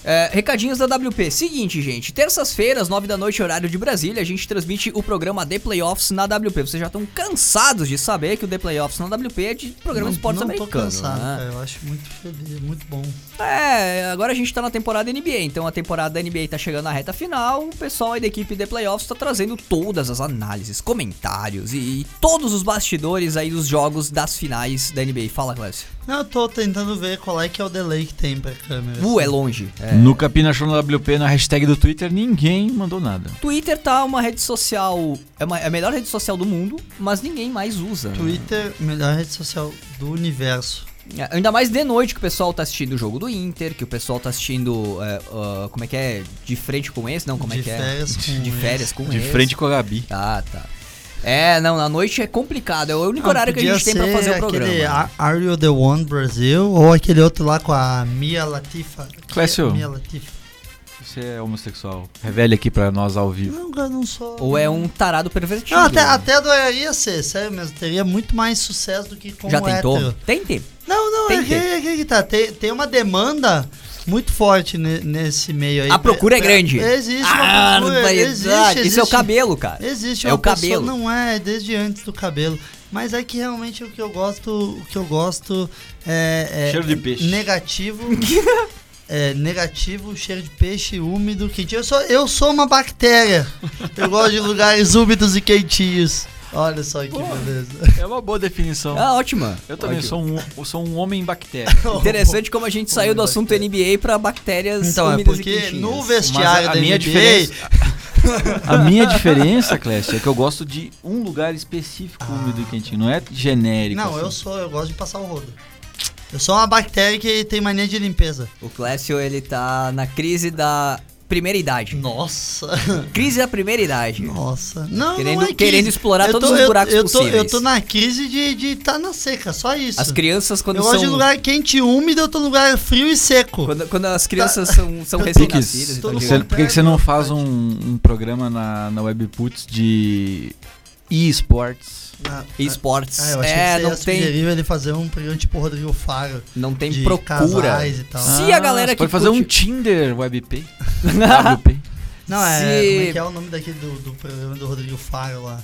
É, recadinhos da WP. Seguinte, gente. Terças-feiras, 9 da noite, horário de Brasília, a gente transmite o programa The Playoffs na WP. Vocês já estão cansados de saber que o The Playoffs na WP é de programa de esportes não tô americano. cansado, né? cara. Eu acho muito feliz, muito bom. É, agora a gente tá na temporada NBA, então a temporada da NBA tá chegando na reta final, o pessoal aí da equipe de playoffs tá trazendo todas as análises, comentários e, e todos os bastidores aí dos jogos das finais da NBA. Fala, Clécio. Não, eu tô tentando ver qual é que é o delay que tem pra câmera. Uh, é longe. É. No Capina Show no WP, na hashtag do Twitter, ninguém mandou nada. Twitter tá uma rede social, é, uma- é a melhor rede social do mundo, mas ninguém mais usa. né? Twitter, melhor rede social do universo. É, Ainda mais de noite que o pessoal tá assistindo o jogo do Inter, que o pessoal tá assistindo, é, ah, como é que é, de frente com esse? Não, como é De que é? férias com de esse. férias com De esse. frente com a Gabi. Tá, tá. É, não, na noite é complicado. É o único Ah, horário que a podia gente tem pra ser fazer o Aquele programa. A- Are You The One Brasil ou aquele outro lá com a Mia Latifa. Clécio. Mia Latifa. Você é homossexual. Revele aqui pra nós ao vivo. Não, cara, não sou. Ou é um tarado pervertido. Não, até, até doeria ser, sério mesmo. Teria muito mais sucesso do que como Já tentou? um hétero. Tente. Não, não, Tem é que que, é que- é que tá. Tem, tem uma demanda muito forte ne- nesse meio aí. A procura é grande. Existe Ah, uma procura. barbaridade. Existe, Isso é o existe. cabelo, cara. Existe É uma o cabelo. pessoa- não é, é desde antes do cabelo. Mas é que realmente o que eu gosto, o que eu gosto é, é Cheiro de peixe. negativo. é negativo, cheiro de peixe úmido, quentinho. Eu sou, eu sou uma bactéria. Eu gosto de lugares úmidos e quentinhos. Olha só que beleza. É uma boa definição. Ah, ótima. Eu também Ótimo. sou um, eu sou um homem bactéria. Interessante como a gente saiu do assunto NBA pra bactérias Então, é úmidas e porque quentinhas. no Mas vestiário a da minha NBA, diferença- A minha diferença, Clécio, é que eu gosto de um lugar específico úmido e quentinho. Não é genérico. Não, eu assim. sou, eu gosto de passar o rodo. Eu sou uma bactéria que tem mania de limpeza. O Clécio, ele tá na crise da primeira idade. Nossa. Crise da primeira idade. Nossa. Não, Querendo- não é crise. querendo explorar Eu todos tô- os eu- buracos eu tô, possíveis. Eu tô na crise de estar tá na seca, só isso. As crianças, quando eu gosto de são... lugar quente e úmido, eu tô em lugar frio e seco. Quando, quando as crianças são, são recém-nascidas e Tá. tô tal, no né? de- Você- por que que você não Vontade. faz um, um programa na, na Webputs de eSports? Ah, e esportes. ah, eu achei é, que você não ia tem, sugerir ele fazer um programa tipo Rodrigo Faro. não tem de procura. casais e tal. Ah, Se a galera você que Pode fazer um curte- Tinder WebP. WP. Não, é. Se- Como é que é o nome daquele do, do programa do Rodrigo Faro lá?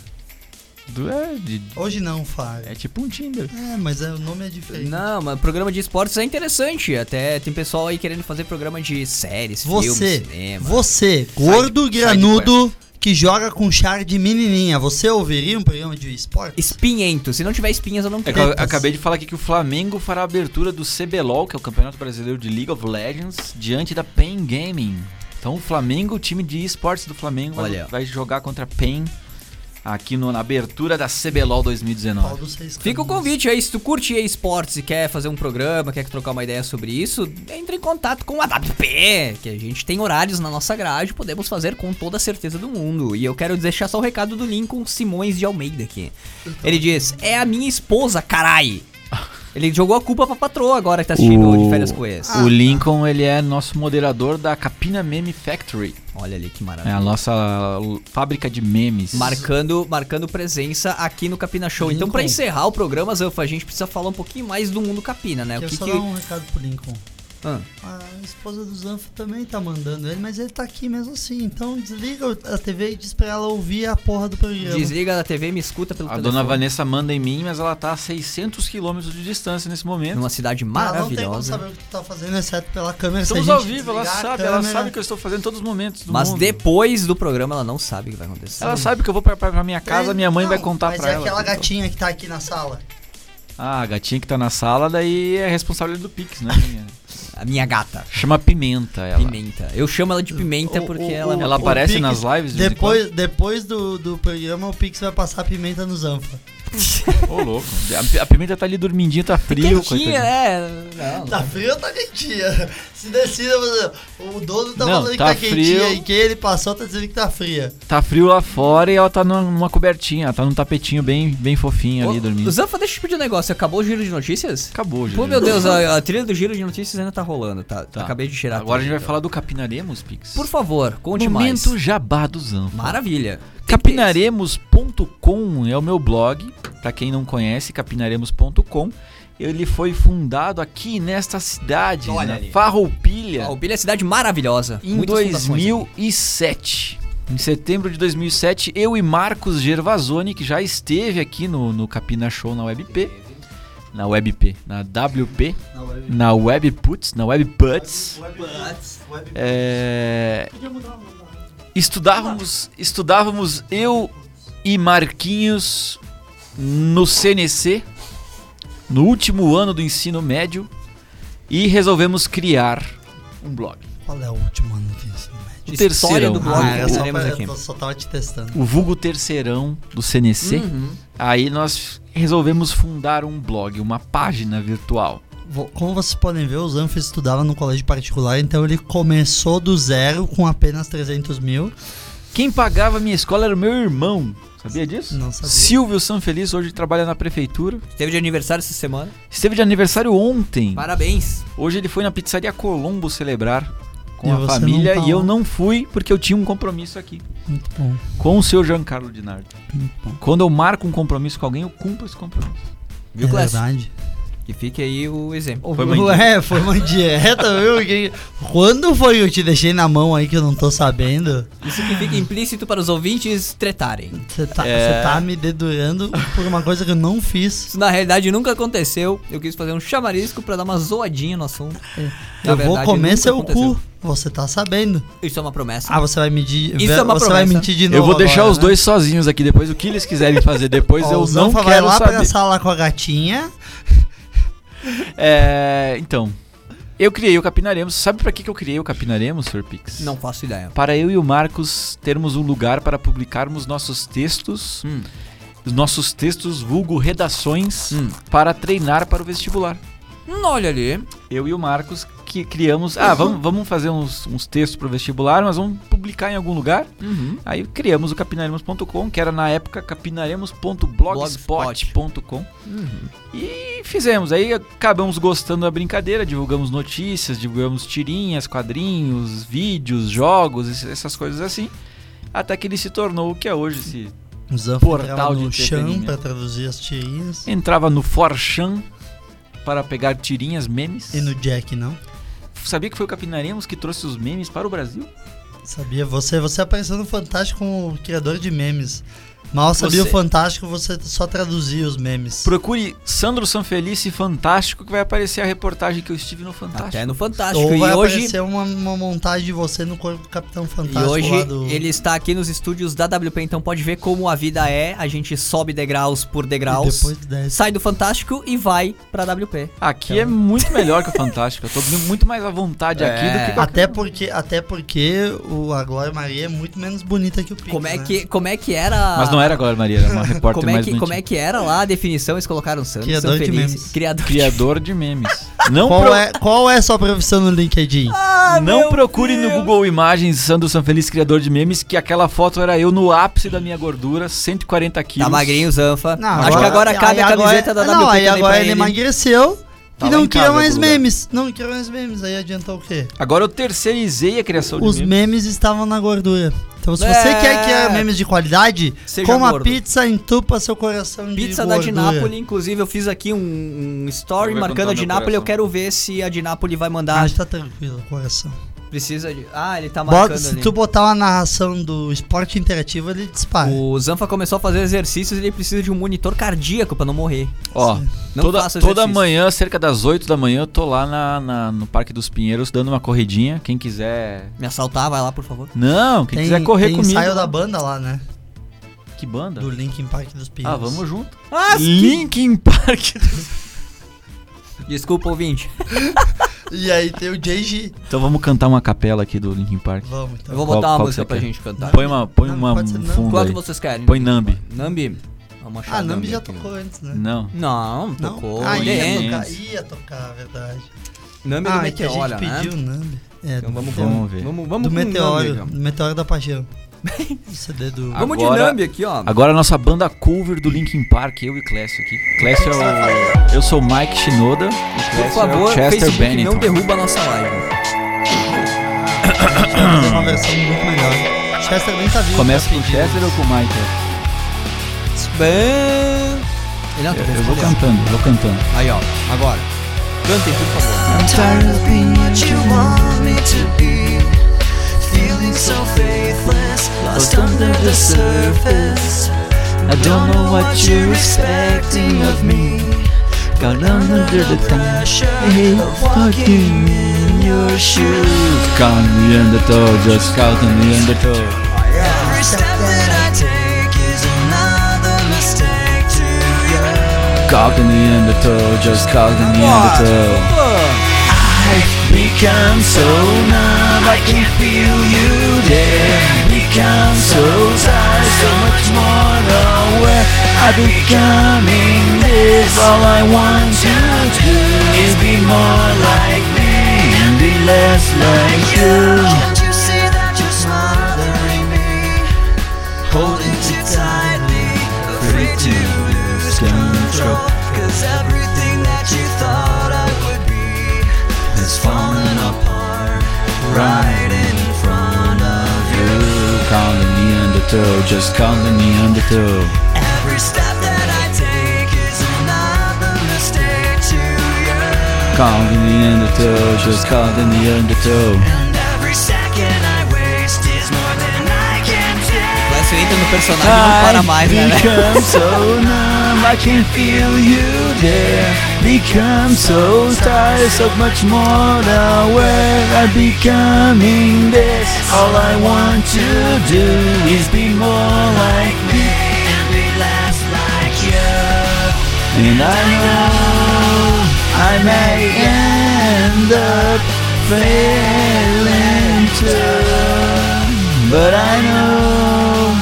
Do- é, de- Hoje não, Faro. é tipo um Tinder. É, mas é, o nome é diferente. Não, mas programa de esportes é interessante. Até tem pessoal aí querendo fazer programa de séries, Você, filmes, cinema. você, gordo granudo que joga com char de menininha, você ouviria um programa de esporte? Espinhento. Se não tiver espinhas, eu não É que eu quero. Tretas. acabei de falar aqui que o Flamengo fará a abertura do CBLOL, que é o Campeonato Brasileiro de League of Legends, diante da PEN Gaming. Então o Flamengo, o time de esportes do Flamengo, vai- Olha. vai jogar contra a PEN aqui no- na abertura da CBLOL 2019. Paulo Seis Fica o Caminhos. convite aí, se tu curte esportes e quer fazer um programa, quer trocar uma ideia sobre isso, entre em contato com a WP, que a gente tem horários na nossa grade, podemos fazer com toda a certeza do mundo. E eu quero deixar só o recado do Lincoln Simões de Almeida aqui. Ele diz, é a minha esposa, carai! Ele jogou a culpa pra patroa agora que tá assistindo de férias com esse. o Lincoln, ele é nosso moderador da Capina Meme Factory. Olha ali que É a maravilha. nossa l- fábrica de memes. Tá. Marcando, marcando presença aqui no Capina Show. Então, pra Lincoln. encerrar o programa, Zanfa, a gente precisa falar um pouquinho mais do mundo Capina, né? O Quero que só que. dar um recado pro Lincoln. Ah. A esposa do Zanfa também tá mandando ele, mas ele tá aqui mesmo assim. Então desliga a TV e diz pra ela ouvir a porra do programa. Desliga da TV, me escuta pelo A telefone. dona Vanessa manda em mim, mas ela tá a 600 quilômetros de distância nesse momento. Numa cidade Ela não tem como maravilhosa. saber o que tu tá fazendo, exceto pela câmera. Se Estamos a ao gente vivo, ela desligar a sabe, ela câmera- sabe que eu estou fazendo em todos os momentos do Mas mundo. depois do programa ela não sabe o que vai acontecer. Ela sabe que eu vou pra, pra, pra minha casa, minha mãe Não, vai contar mas pra é ela. aquela Então. gatinha que tá aqui na sala. Ah, a gatinha que tá na sala, daí é responsável do Pix, né? A minha gata. Chama Pimenta ela. Pimenta. Eu chamo ela de pimenta O- Então, porque o- ela. é o- Ela o aparece Pix, nas lives de vez em Depois, depois do, do programa, o Pix vai passar pimenta no Zanfa. Ô, louco. A, a Pimenta tá ali dormindinha, tá frio. Quentinha, coitadinha. é. Não, não. Tá frio ou tá quentinha? Se decida, você- o dono tá Não, falando que tá tá quentinha frio. e quem ele passou tá dizendo que tá fria. Tá frio lá fora e ela tá numa, numa cobertinha, ela tá num tapetinho bem, bem fofinho ali Ô, dormindo. Zanfa, deixa eu te pedir um negócio. Acabou o giro de notícias? Acabou, gente. Pô, meu Deus, a, a trilha do giro de notícias ainda tá rolando, tá? Tá. Acabei de tirar. Agora a gente tudo, vai falar do Capinaremos, Pix. Por favor, conte Momento mais. jabá do Zanfa. Maravilha. Capinaremos.com é o meu blog, para quem não conhece, capinaremos.com. Ele foi fundado aqui nesta cidade, Olha na ali. Farroupilha, Alpilha é uma cidade maravilhosa. em Muitas fundações. 2007. Em setembro de 2007, eu e Marcos Gervasoni, que já esteve aqui no, no Capina Show na WebP, na WebP, na WP, Na web. na WebPuts, na WebPuts, Web, web, é, estudávamos, estudávamos eu e Marquinhos no CNC, no último ano do ensino médio, e resolvemos criar um blog. Qual é o último ano do ensino médio? O História terceirão, do blog. é o- Ah, era só, teremos pra, aqui. eu só tava te testando. o vulgo terceirão do CNC. Uhum. Aí nós resolvemos fundar um blog, uma página virtual. Vo- Como vocês podem ver, o Zanf estudava num colégio particular, então ele começou do zero com apenas 300 mil. Quem pagava minha escola era o meu irmão. Sabia disso? Não sabia. Silvio Sanfeliz hoje trabalha na prefeitura. Teve de aniversário essa semana. Esteve de aniversário ontem. Parabéns. Hoje ele foi na pizzaria Colombo celebrar com E a você família não tá e eu lá. não fui porque eu tinha um compromisso aqui Muito bom. com o seu Giancarlo Dinardi. Muito bom. Quando eu marco um compromisso com alguém, eu cumpro esse compromisso. Viu, é Clécio? verdade. Que fique aí o exemplo. Foi uma é, foi uma dieta, viu? Que- Quando foi que eu te deixei na mão aí que eu não tô sabendo? Isso que fica implícito para os ouvintes tretarem. Você tá, você É. tá me dedurando por uma coisa que eu não fiz. Isso na realidade nunca aconteceu. Eu quis fazer um chamarisco pra dar uma zoadinha no assunto. Na É. eu vou verdade, comer nunca seu aconteceu. cu. Você tá sabendo. Isso é uma promessa. Ah, você vai medir. Isso é uma você vai promessa. mentir de novo. Eu vou deixar agora, os né? dois sozinhos aqui depois. O que eles quiserem fazer depois, Ó, eu o não Zanfa vai quero lá pra saber. sala com a gatinha. É, então, eu criei o Capinaremos. Sabe pra que que eu criei o Capinaremos, Sr. Pix? Não faço ideia. Para eu e o Marcos termos um lugar para publicarmos nossos textos, Hum. os nossos textos vulgo redações, Hum. para treinar para o vestibular. Hum, olha ali. Eu e o Marcos que criamos, Uhum. ah, vamos, vamos fazer uns, uns textos para o vestibular, mas vamos publicar em algum lugar. Uhum. Aí criamos o capinaremos.com, que era na época capinaremos.blogspot.com. Uhum. E fizemos. Aí acabamos gostando da brincadeira, divulgamos notícias, divulgamos tirinhas, quadrinhos, vídeos, jogos, ess- essas coisas assim. Até que ele se tornou o que é hoje. Se O Zanfa Portal entrava de no chão entretenimento. pra traduzir as tirinhas. entrava no Forchan para pegar tirinhas, memes. E no Jack, não? Sabia que foi o Capinaremos que trouxe os memes para o Brasil? Sabia? Você, você apareceu no Fantástico como criador de memes. Mal sabia Você- o Fantástico, você só traduzia os memes. Procure Sandro Sanfelice Fantástico, que vai aparecer a reportagem que eu estive no Fantástico. Até no Fantástico. Ou vai E hoje, aparecer uma, uma montagem de você no corpo do Capitão e Fantástico lá hoje do... ele é está aqui nos estúdios da WP, então pode ver como a vida é. A gente sobe degraus por e degraus. depois desce. Sai do Fantástico e vai pra WP. Aqui é muito melhor que o Fantástico. Eu tô muito mais à vontade aqui do que É. qualquer... Até porque, até porque o, a Glória Maria é muito menos bonita que o Pix, Como é né? que, como é que era. Mas não era agora, Maria, era uma repórter Como é, mais que, bonitinha. como é que era lá a definição? Eles colocaram Santos, Criador de Sanfelice, memes. Criador de Criador de memes. Não, Qual pro- é, qual é a sua profissão no LinkedIn? Ah, não procure no Google Imagens Sandro Sanfeliz, criador de memes, que aquela foto era eu no ápice da minha gordura, 140 quilos. Tá magrinho, Zanfa. Não, Acho que agora aí é- cabe a camiseta da Não, WP aí também agora é pra ele ele. emagreceu Tá e lá não em cria casa, mais Bruno. memes. Não cria mais memes, aí adiantar o quê? Agora eu terceirizei a criação Os de memes. memes estavam na gordura. Então se É. você quer que é memes de qualidade, Seja coma gordo. pizza, entupa seu coração de Pizza da gordura. Dinápolis, inclusive eu fiz aqui um, um story Vai marcando a contar meu Dinápolis. Eu coração. quero ver se a Dinápolis vai mandar. Ah, tá tranquilo, coração. Precisa de. Ah, ele tá marcando Bota, se ali. tu botar uma narração do esporte interativo, ele dispara. O Zanfa começou a fazer exercícios e ele precisa de um monitor cardíaco pra não morrer. Ó, Não toda, faça toda exercício. manhã, cerca das 8 da manhã, eu tô lá na- na- no Parque dos Pinheiros dando uma corridinha. Quem quiser... Me assaltar, vai lá, por favor. Não, quem quiser correr tem comigo. ensaio da banda lá, né? Que Tá. banda? Do Linkin Park dos Pinhos. Ah, vamos junto. Linkin Park. Desculpa, ouvinte. E aí tem o JG. Então vamos cantar uma capela aqui do Linkin Park. Vamos, então. Eu vou Qual- botar uma qual música que pra você quer? gente cantar. Põe uma, põe Tá. Não, uma pode ser um não. fundo Qual que aí. vocês querem? Põe Nambi. Nambi. Vamos achar Ah, o Nambi já aqui. tocou antes, né? Não. Não, Não? tocou. ah, ia Dance. tocar, ia tocar, verdade. Nambi do Ah, é que a gente Meteora, né? pediu o Nambi. É, Então vamos, do- com- Vamos ver. Vamos, do vamos com Meteoro, Nambi, do Meteoro da Paixão. o CD do... Vamos de Agora- Nambi aqui, ó. Agora a nossa banda cover do Linkin Park, eu e Clécio aqui. Clécio é o. Eu sou o Mike Shinoda e Por Clécio é favor, o Chester Facebook não Bennington. derruba a nossa live. Vai fazer uma versão muito melhor. Chester nem tá vivo. Começa tá com o pedindo. Chester ou com o Mike? Bam. Ele não, tô Eu vou respondendo. cantando, vou cantando. Aí, ó. Agora. Cantem, por favor. I'm tired of being what you want me to be. Feeling so faithless, lost under the surface. I don't know what you're expecting of me. Got under the pressure of walking in your shoes. Count me in the toe, just count me in the toe. Every step that I take is another mistake to you. Count me in the toe, just count me in the toe. Become so numb, I can't feel you there. Become so tired, so much more aware. I becoming this. All I want to do is be more like me and be less like you. Can't you see that you're smothering me? Holding too tightly, afraid to lose control. Cause everything that you thought I would be has fallen apart right in front of you. Count me in the toe, just count me in the toe. Every step that I take is another mistake to you. Count me in the toe, just count me in the toe. And every second I waste is more than I can take. Parece que entra no personagem e não para mais, né? velho? Become so numb, I can feel you there. Become so tired, so much more aware. I'm becoming this. All I want to do is be more like me. And be less like you. And I know I may end up failing too. But I know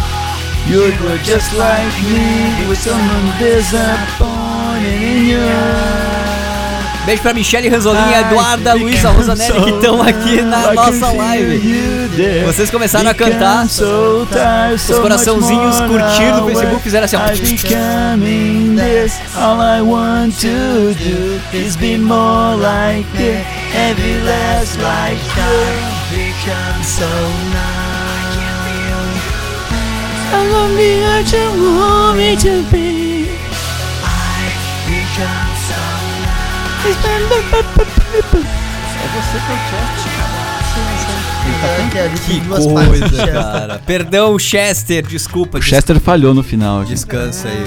you were just like me with someone disappointed in you. Beijo pra Michelle Ranzolinha, Ai, Eduarda, fica Luísa, Rosanelli que estão aqui na I can nossa feel live. you there. Vocês começaram a cantar. Become so tired, so Os coraçãozinhos much more curtiram no aware. Facebook fizeram assim, ó. I'm becoming this. All I want to do is be more like this and be less like you. become so numb. I love me, I just want me to be. Become so Tá, que ali tem duas partes, Coisa, chefe. cara. Perdão, Chester, desculpa. des- Chester falhou no final. Descansa aí.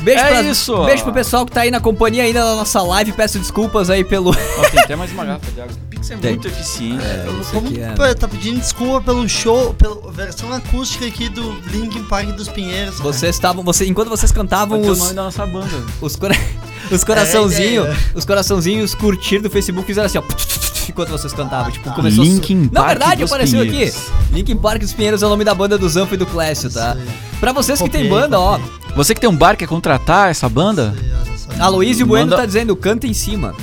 Beijo, É pra- isso, ó. beijo pro pessoal que tá aí na companhia ainda da nossa live. Peço desculpas aí pelo. tem até mais uma garrafa de água. O Pix é Tem. muito eficiente. Isso Como, aqui é- pô, tá pedindo desculpa pelo show, pela versão acústica aqui do Linkin Park dos Pinheiros. cara. Vocês estavam. Você, enquanto vocês cantavam Pode ser É o nome os. da nossa banda. Os, cora- os coraçãozinhos. É a os coraçãozinhos curtir do Facebook fizeram assim, ó. Enquanto vocês cantavam. Tipo, começou. a su- Linkin Na Park verdade, dos apareceu Pinheiros. aqui. Linkin Park dos Pinheiros é o nome da banda do Zanfa e do Clécio, tá? Isso aí. Pra vocês que tem Copiei, banda, ó. Você que tem um bar quer contratar essa banda, Olha só. Aloysio Bueno Manda- tá dizendo, canta em cima.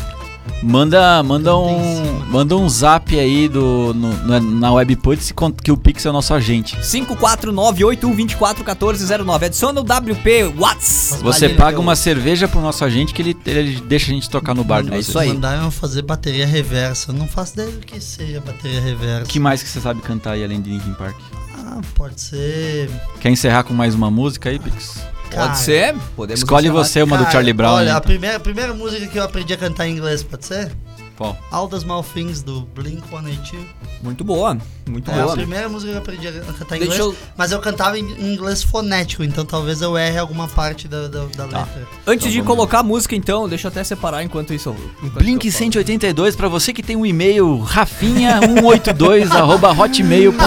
manda, manda Tem um, sim. manda um zap aí do no, na- na Webputs que o Pix é o nosso agente. 54981241409. Adiciona o WP Whats. Você Valeu, paga eu- uma cerveja pro nosso agente que ele, ele deixa a gente tocar no bar de É vocês. isso aí. Mandaram eu fazer bateria reversa. Não faço ideia do que seja bateria O reversa. que mais que você sabe cantar aí além de Linkin Park? Ah, pode ser. Quer encerrar com mais uma música aí, Pix? Cara, Pode ser? Podemos Escolhe encerrar. você uma do cara, Charlie Brown. né? Olha, a aí. primeira, a primeira música que eu aprendi a cantar em inglês, pode ser? Qual? All the Small Things do Blink 182. Muito boa. Muito É a boa. primeira música que eu aprendi a cantar em Deixa inglês. eu- Mas eu cantava em inglês fonético, então talvez eu erre alguma parte da, da, da Tá. letra. Antes de Então vamos- colocar a música, então, deixa eu até separar enquanto isso. eu- enquanto Blink eu falo. 182 pra você que tem um e-mail rafinha182 arroba hotmail.com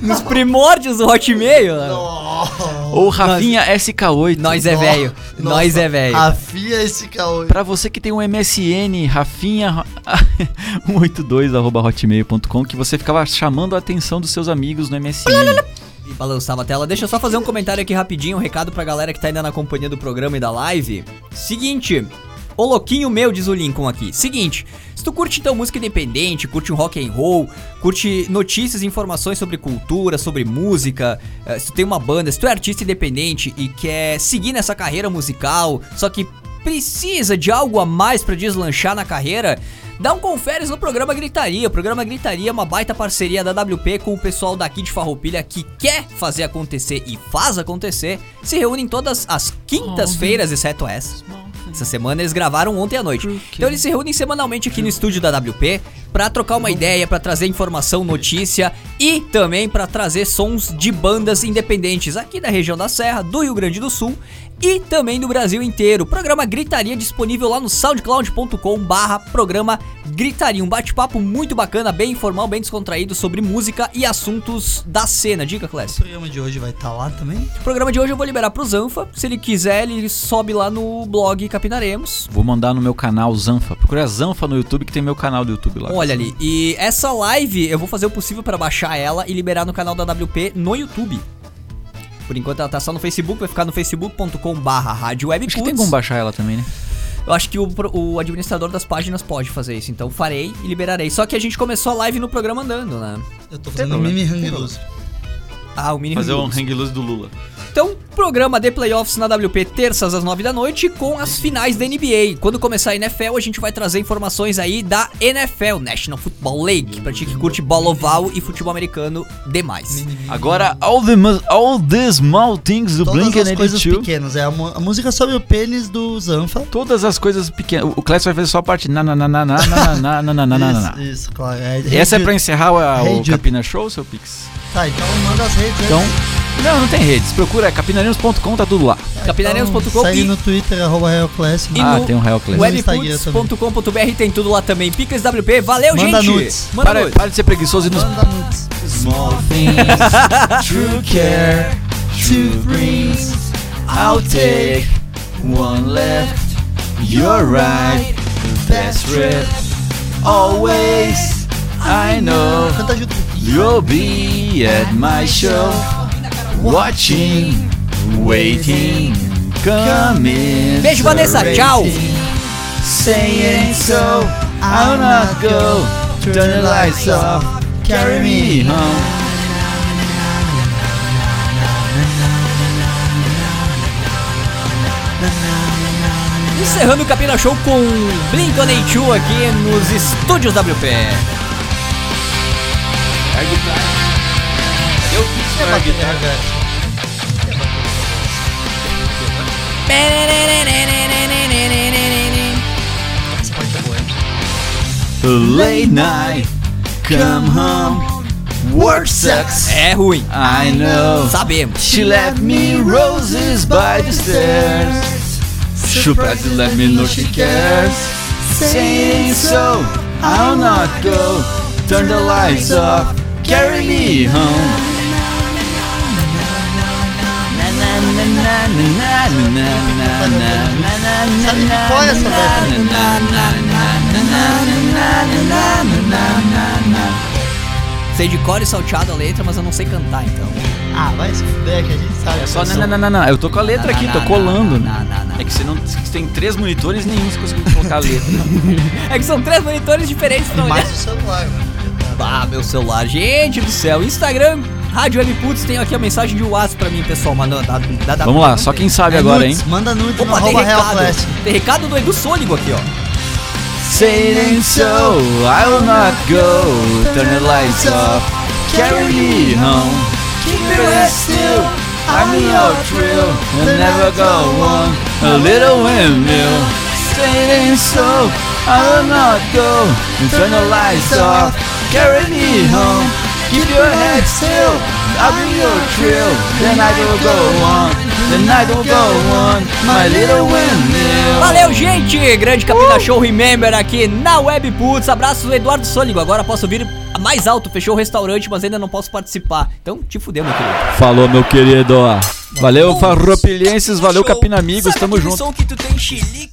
Nos primórdios do Hotmail. Oh! ou rafinha sk8. Nós é Nó- velho. Nós nossa, é velho. Afia esse caô. Pra você que tem um MSN, rafinha182.hotmail.com, que você ficava chamando a atenção dos seus amigos no MSN. E balançava a tela. Deixa eu só fazer um comentário aqui rapidinho, um recado pra galera que tá ainda na companhia do programa e da live. Seguinte, ô louquinho meu, diz o Lincoln aqui. Seguinte, se tu curte então música independente, curte um rock and roll, curte notícias e informações sobre cultura, sobre música, eh, se tu tem uma banda, se tu é artista independente e quer seguir nessa carreira musical, só que precisa de algo a mais pra deslanchar na carreira, Dá um conferes no programa Gritaria. O programa Gritaria é uma baita parceria da WP com o pessoal daqui de Farroupilha que quer fazer acontecer e faz acontecer. Se reúnem todas as quintas-feiras, exceto essa. Essa semana eles gravaram ontem à noite. Então eles se reúnem semanalmente aqui no estúdio da WP pra trocar uma ideia, pra trazer informação, notícia e também pra trazer sons de bandas independentes aqui da região da Serra, do Rio Grande do Sul e também do Brasil inteiro. Programa Gritaria disponível lá no soundcloud.com barra programa Gritaria. Um bate-papo muito bacana, bem informal, bem descontraído sobre música e assuntos da cena. Dica, O Clécio. programa de hoje vai estar lá também? O programa de hoje eu vou liberar pro Zanfa. Se ele quiser, ele sobe lá no blog Capinaremos. Vou mandar no meu canal Zanfa. Procura Zanfa no YouTube que tem meu canal do YouTube lá. Olha ali, e essa live eu vou fazer o possível pra baixar ela e liberar no canal da WP no YouTube. Por enquanto ela tá só no Facebook, vai ficar no facebook.com barra rádio web Acho que tem como baixar ela também, né? Eu acho que o, pro- o administrador das páginas pode fazer isso, então farei e liberarei. Só que a gente começou a live no programa andando, né? Eu tô fazendo mini né? hang loose. Ah, o mini Fazer um review. hang loose do Lula. Então, programa de playoffs na WP, terças às 9 da noite, com as finais da NBA. Quando começar a NFL, a gente vai trazer informações aí da NFL, National Football League, pra ti que curte bola oval e futebol americano demais. Agora, All the, mu- all the Small Things do né, Todas as coisas Blink-182. pequenas. É a, mu- a música sobre o pênis do Zanfa. Todas as coisas pequenas. O Clécio vai fazer só a parte. Na, na, na, na, na, na, na, na, na, na, na, na. Isso, isso, claro. É, Essa é rede- pra encerrar o, Hey o Jude. Capina Show, seu Pix? Tá, então manda as redes. aí. Então, não, não tem redes. Procura capinarinos.com, tá tudo lá. Tá, capinarianos.com Segue e- no Twitter, arroba realclass. E ah, no tem um Real Clécio. Web- Instagram webputs.com.br tem tudo lá também. Picas WP, valeu, Manda gente! nudes. Manda Para, nudes. para de ser preguiçoso e nos. Manda nudes. Small things, true care, Two rings. I'll take one left, you're right, best trip, always, I know, Canta junto. you'll be at my show, watching, waiting, coming. Beijo, Vanessa, tchau! Saying so, I'll not go, turn the lights off, carry me home. Encerrando o Capina Show com Blink-182 aqui nos estúdios WP. Late night, come home, work sucks. É ruim, I know. sabemos. She left me roses by the stairs. Surprised to let me know she cares. Saying so, I'll not go. Turn the lights off, carry me home. Na, na, na, na, na, na, na, na, na, na, na, Sabe na, qual é essa na, letra? na, na, na, na, na, na, na, na, na. Sei de cor e salteado a letra, mas eu não sei cantar, então. Ah, vai se fuder que a gente sabe. É só não, não, não, não, não. Eu tô com a letra aqui, tô colando. É que você não você tem três monitores nenhum você conseguiu colocar a letra. É que são três monitores diferentes pra olhar. Mais o celular, mano. Ah, meu celular, gente do céu. Instagram, Rádio M Putz, tem aqui a mensagem de WhatsApp pra mim, pessoal. Mas não, da, da, da- Vamos lá, não só tem. quem sabe agora, hein? nudes, Manda nudes no Opa, tem arroba recado. realclass. Tem recado do Edu Sônico aqui, ó. Saying so, I will not go. Turn the lights off, carry me home. Keep your head still, I'm in your thrill. I'll never go on a little windmill. Saying so, I will not go. Turn the lights off, carry me home. Keep your head still, I'll be your thrill. Then I will go on, then I will go on, my little windmill. Valeu, gente! Grande Capina Uh! Show Remember aqui na Web Putz. Abraço, Eduardo Sônico. Agora posso vir mais alto. Fechou o restaurante, mas ainda não posso participar. Então, te fudeu, meu querido. Falou, meu querido. Valeu, farropilhenses. Valeu, Show. capinamigos. Sabe Tamo aquele junto. som que tu tem chilique?